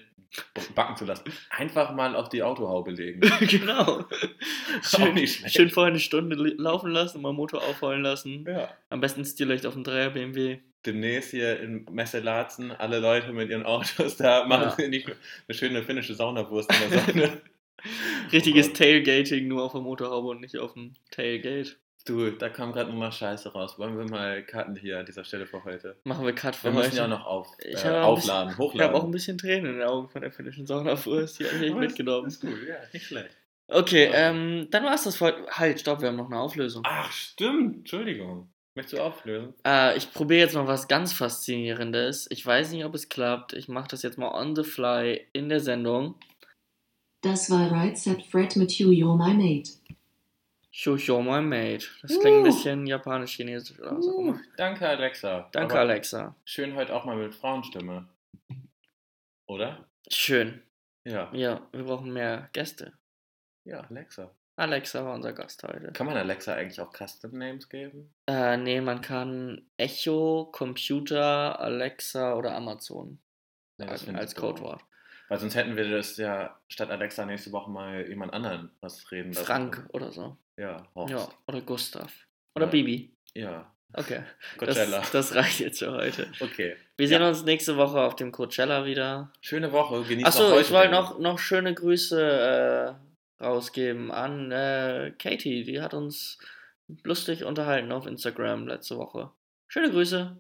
S1: backen zu lassen. Einfach mal auf die Autohaube legen.
S2: genau.
S1: Auch
S2: *laughs* Schön,
S1: nicht schlecht.
S2: schön vorher eine Stunde li- laufen lassen, mal Motor aufheulen lassen.
S1: Ja.
S2: Am besten Stierlicht auf dem Dreier BMW.
S1: Demnächst hier in Messelatzen, alle Leute mit ihren Autos da machen
S2: Ja.
S1: sie nicht nur eine schöne finnische Saunawurst in
S2: *laughs*
S1: der Sonne.
S2: Richtiges
S1: Oh Gott.
S2: Tailgating nur auf der Motorhaube und nicht auf dem Tailgate.
S1: Du, da kam gerade nochmal Scheiße raus. Wollen wir mal Karten hier an dieser Stelle für heute?
S2: Machen wir Cut für
S1: Wir
S2: heute.
S1: müssen ja auch noch auf, äh,
S2: Ich habe auch ein bisschen-
S1: aufladen,
S2: ich habe auch ein
S1: hochladen.
S2: bisschen Tränen in den Augen von der finnischen Saunawurst. Die habe ich echt
S1: Aber das-
S2: mitgenommen.
S1: Ist gut, ja, nicht schlecht.
S2: Okay,
S1: Okay.
S2: ähm, dann war's das für heute. Halt, stopp, wir haben noch eine Auflösung.
S1: Ach, stimmt. Entschuldigung. Möchtest du auflösen?
S2: Äh, ich probiere jetzt mal was ganz Faszinierendes. Ich weiß nicht, ob es klappt. Ich mache das jetzt mal on the fly in der Sendung.
S3: Das war Right Set Fred mit You You're My Mate.
S2: Show show my mate. Das klingt ein
S1: Uh.
S2: bisschen japanisch-chinesisch oder was auch
S1: Uh,
S2: immer.
S1: danke, Alexa.
S2: Danke,
S1: Aber
S2: Alexa.
S1: Schön heute auch mal mit Frauenstimme. Oder?
S2: Schön.
S1: Ja.
S2: Ja, wir brauchen mehr Gäste.
S1: Ja, Alexa.
S2: Alexa war unser Gast heute.
S1: Kann man Alexa eigentlich auch Custom Names geben?
S2: Äh, nee, man kann Echo, Computer, Alexa oder Amazon
S1: Nee, das
S2: sagen
S1: finde ich
S2: als
S1: doof.
S2: Codewort.
S1: Weil sonst hätten wir das ja statt Alexa nächste Woche mal jemand anderen was reden lassen.
S2: Frank oder so.
S1: Ja, Horst.
S2: Ja, oder Gustav. Oder
S1: Ja.
S2: Bibi.
S1: Ja,
S2: Okay,
S1: Coachella. *laughs*
S2: das, das reicht jetzt für heute.
S1: Okay.
S2: Wir sehen uns nächste Woche auf dem Coachella wieder.
S1: Schöne Woche. Genießt auch
S2: Achso,
S1: heute
S2: ich wollte
S1: den-
S2: noch, noch schöne Grüße äh, rausgeben an äh, Katie. Die hat uns lustig unterhalten auf Instagram letzte Woche. Schöne Grüße.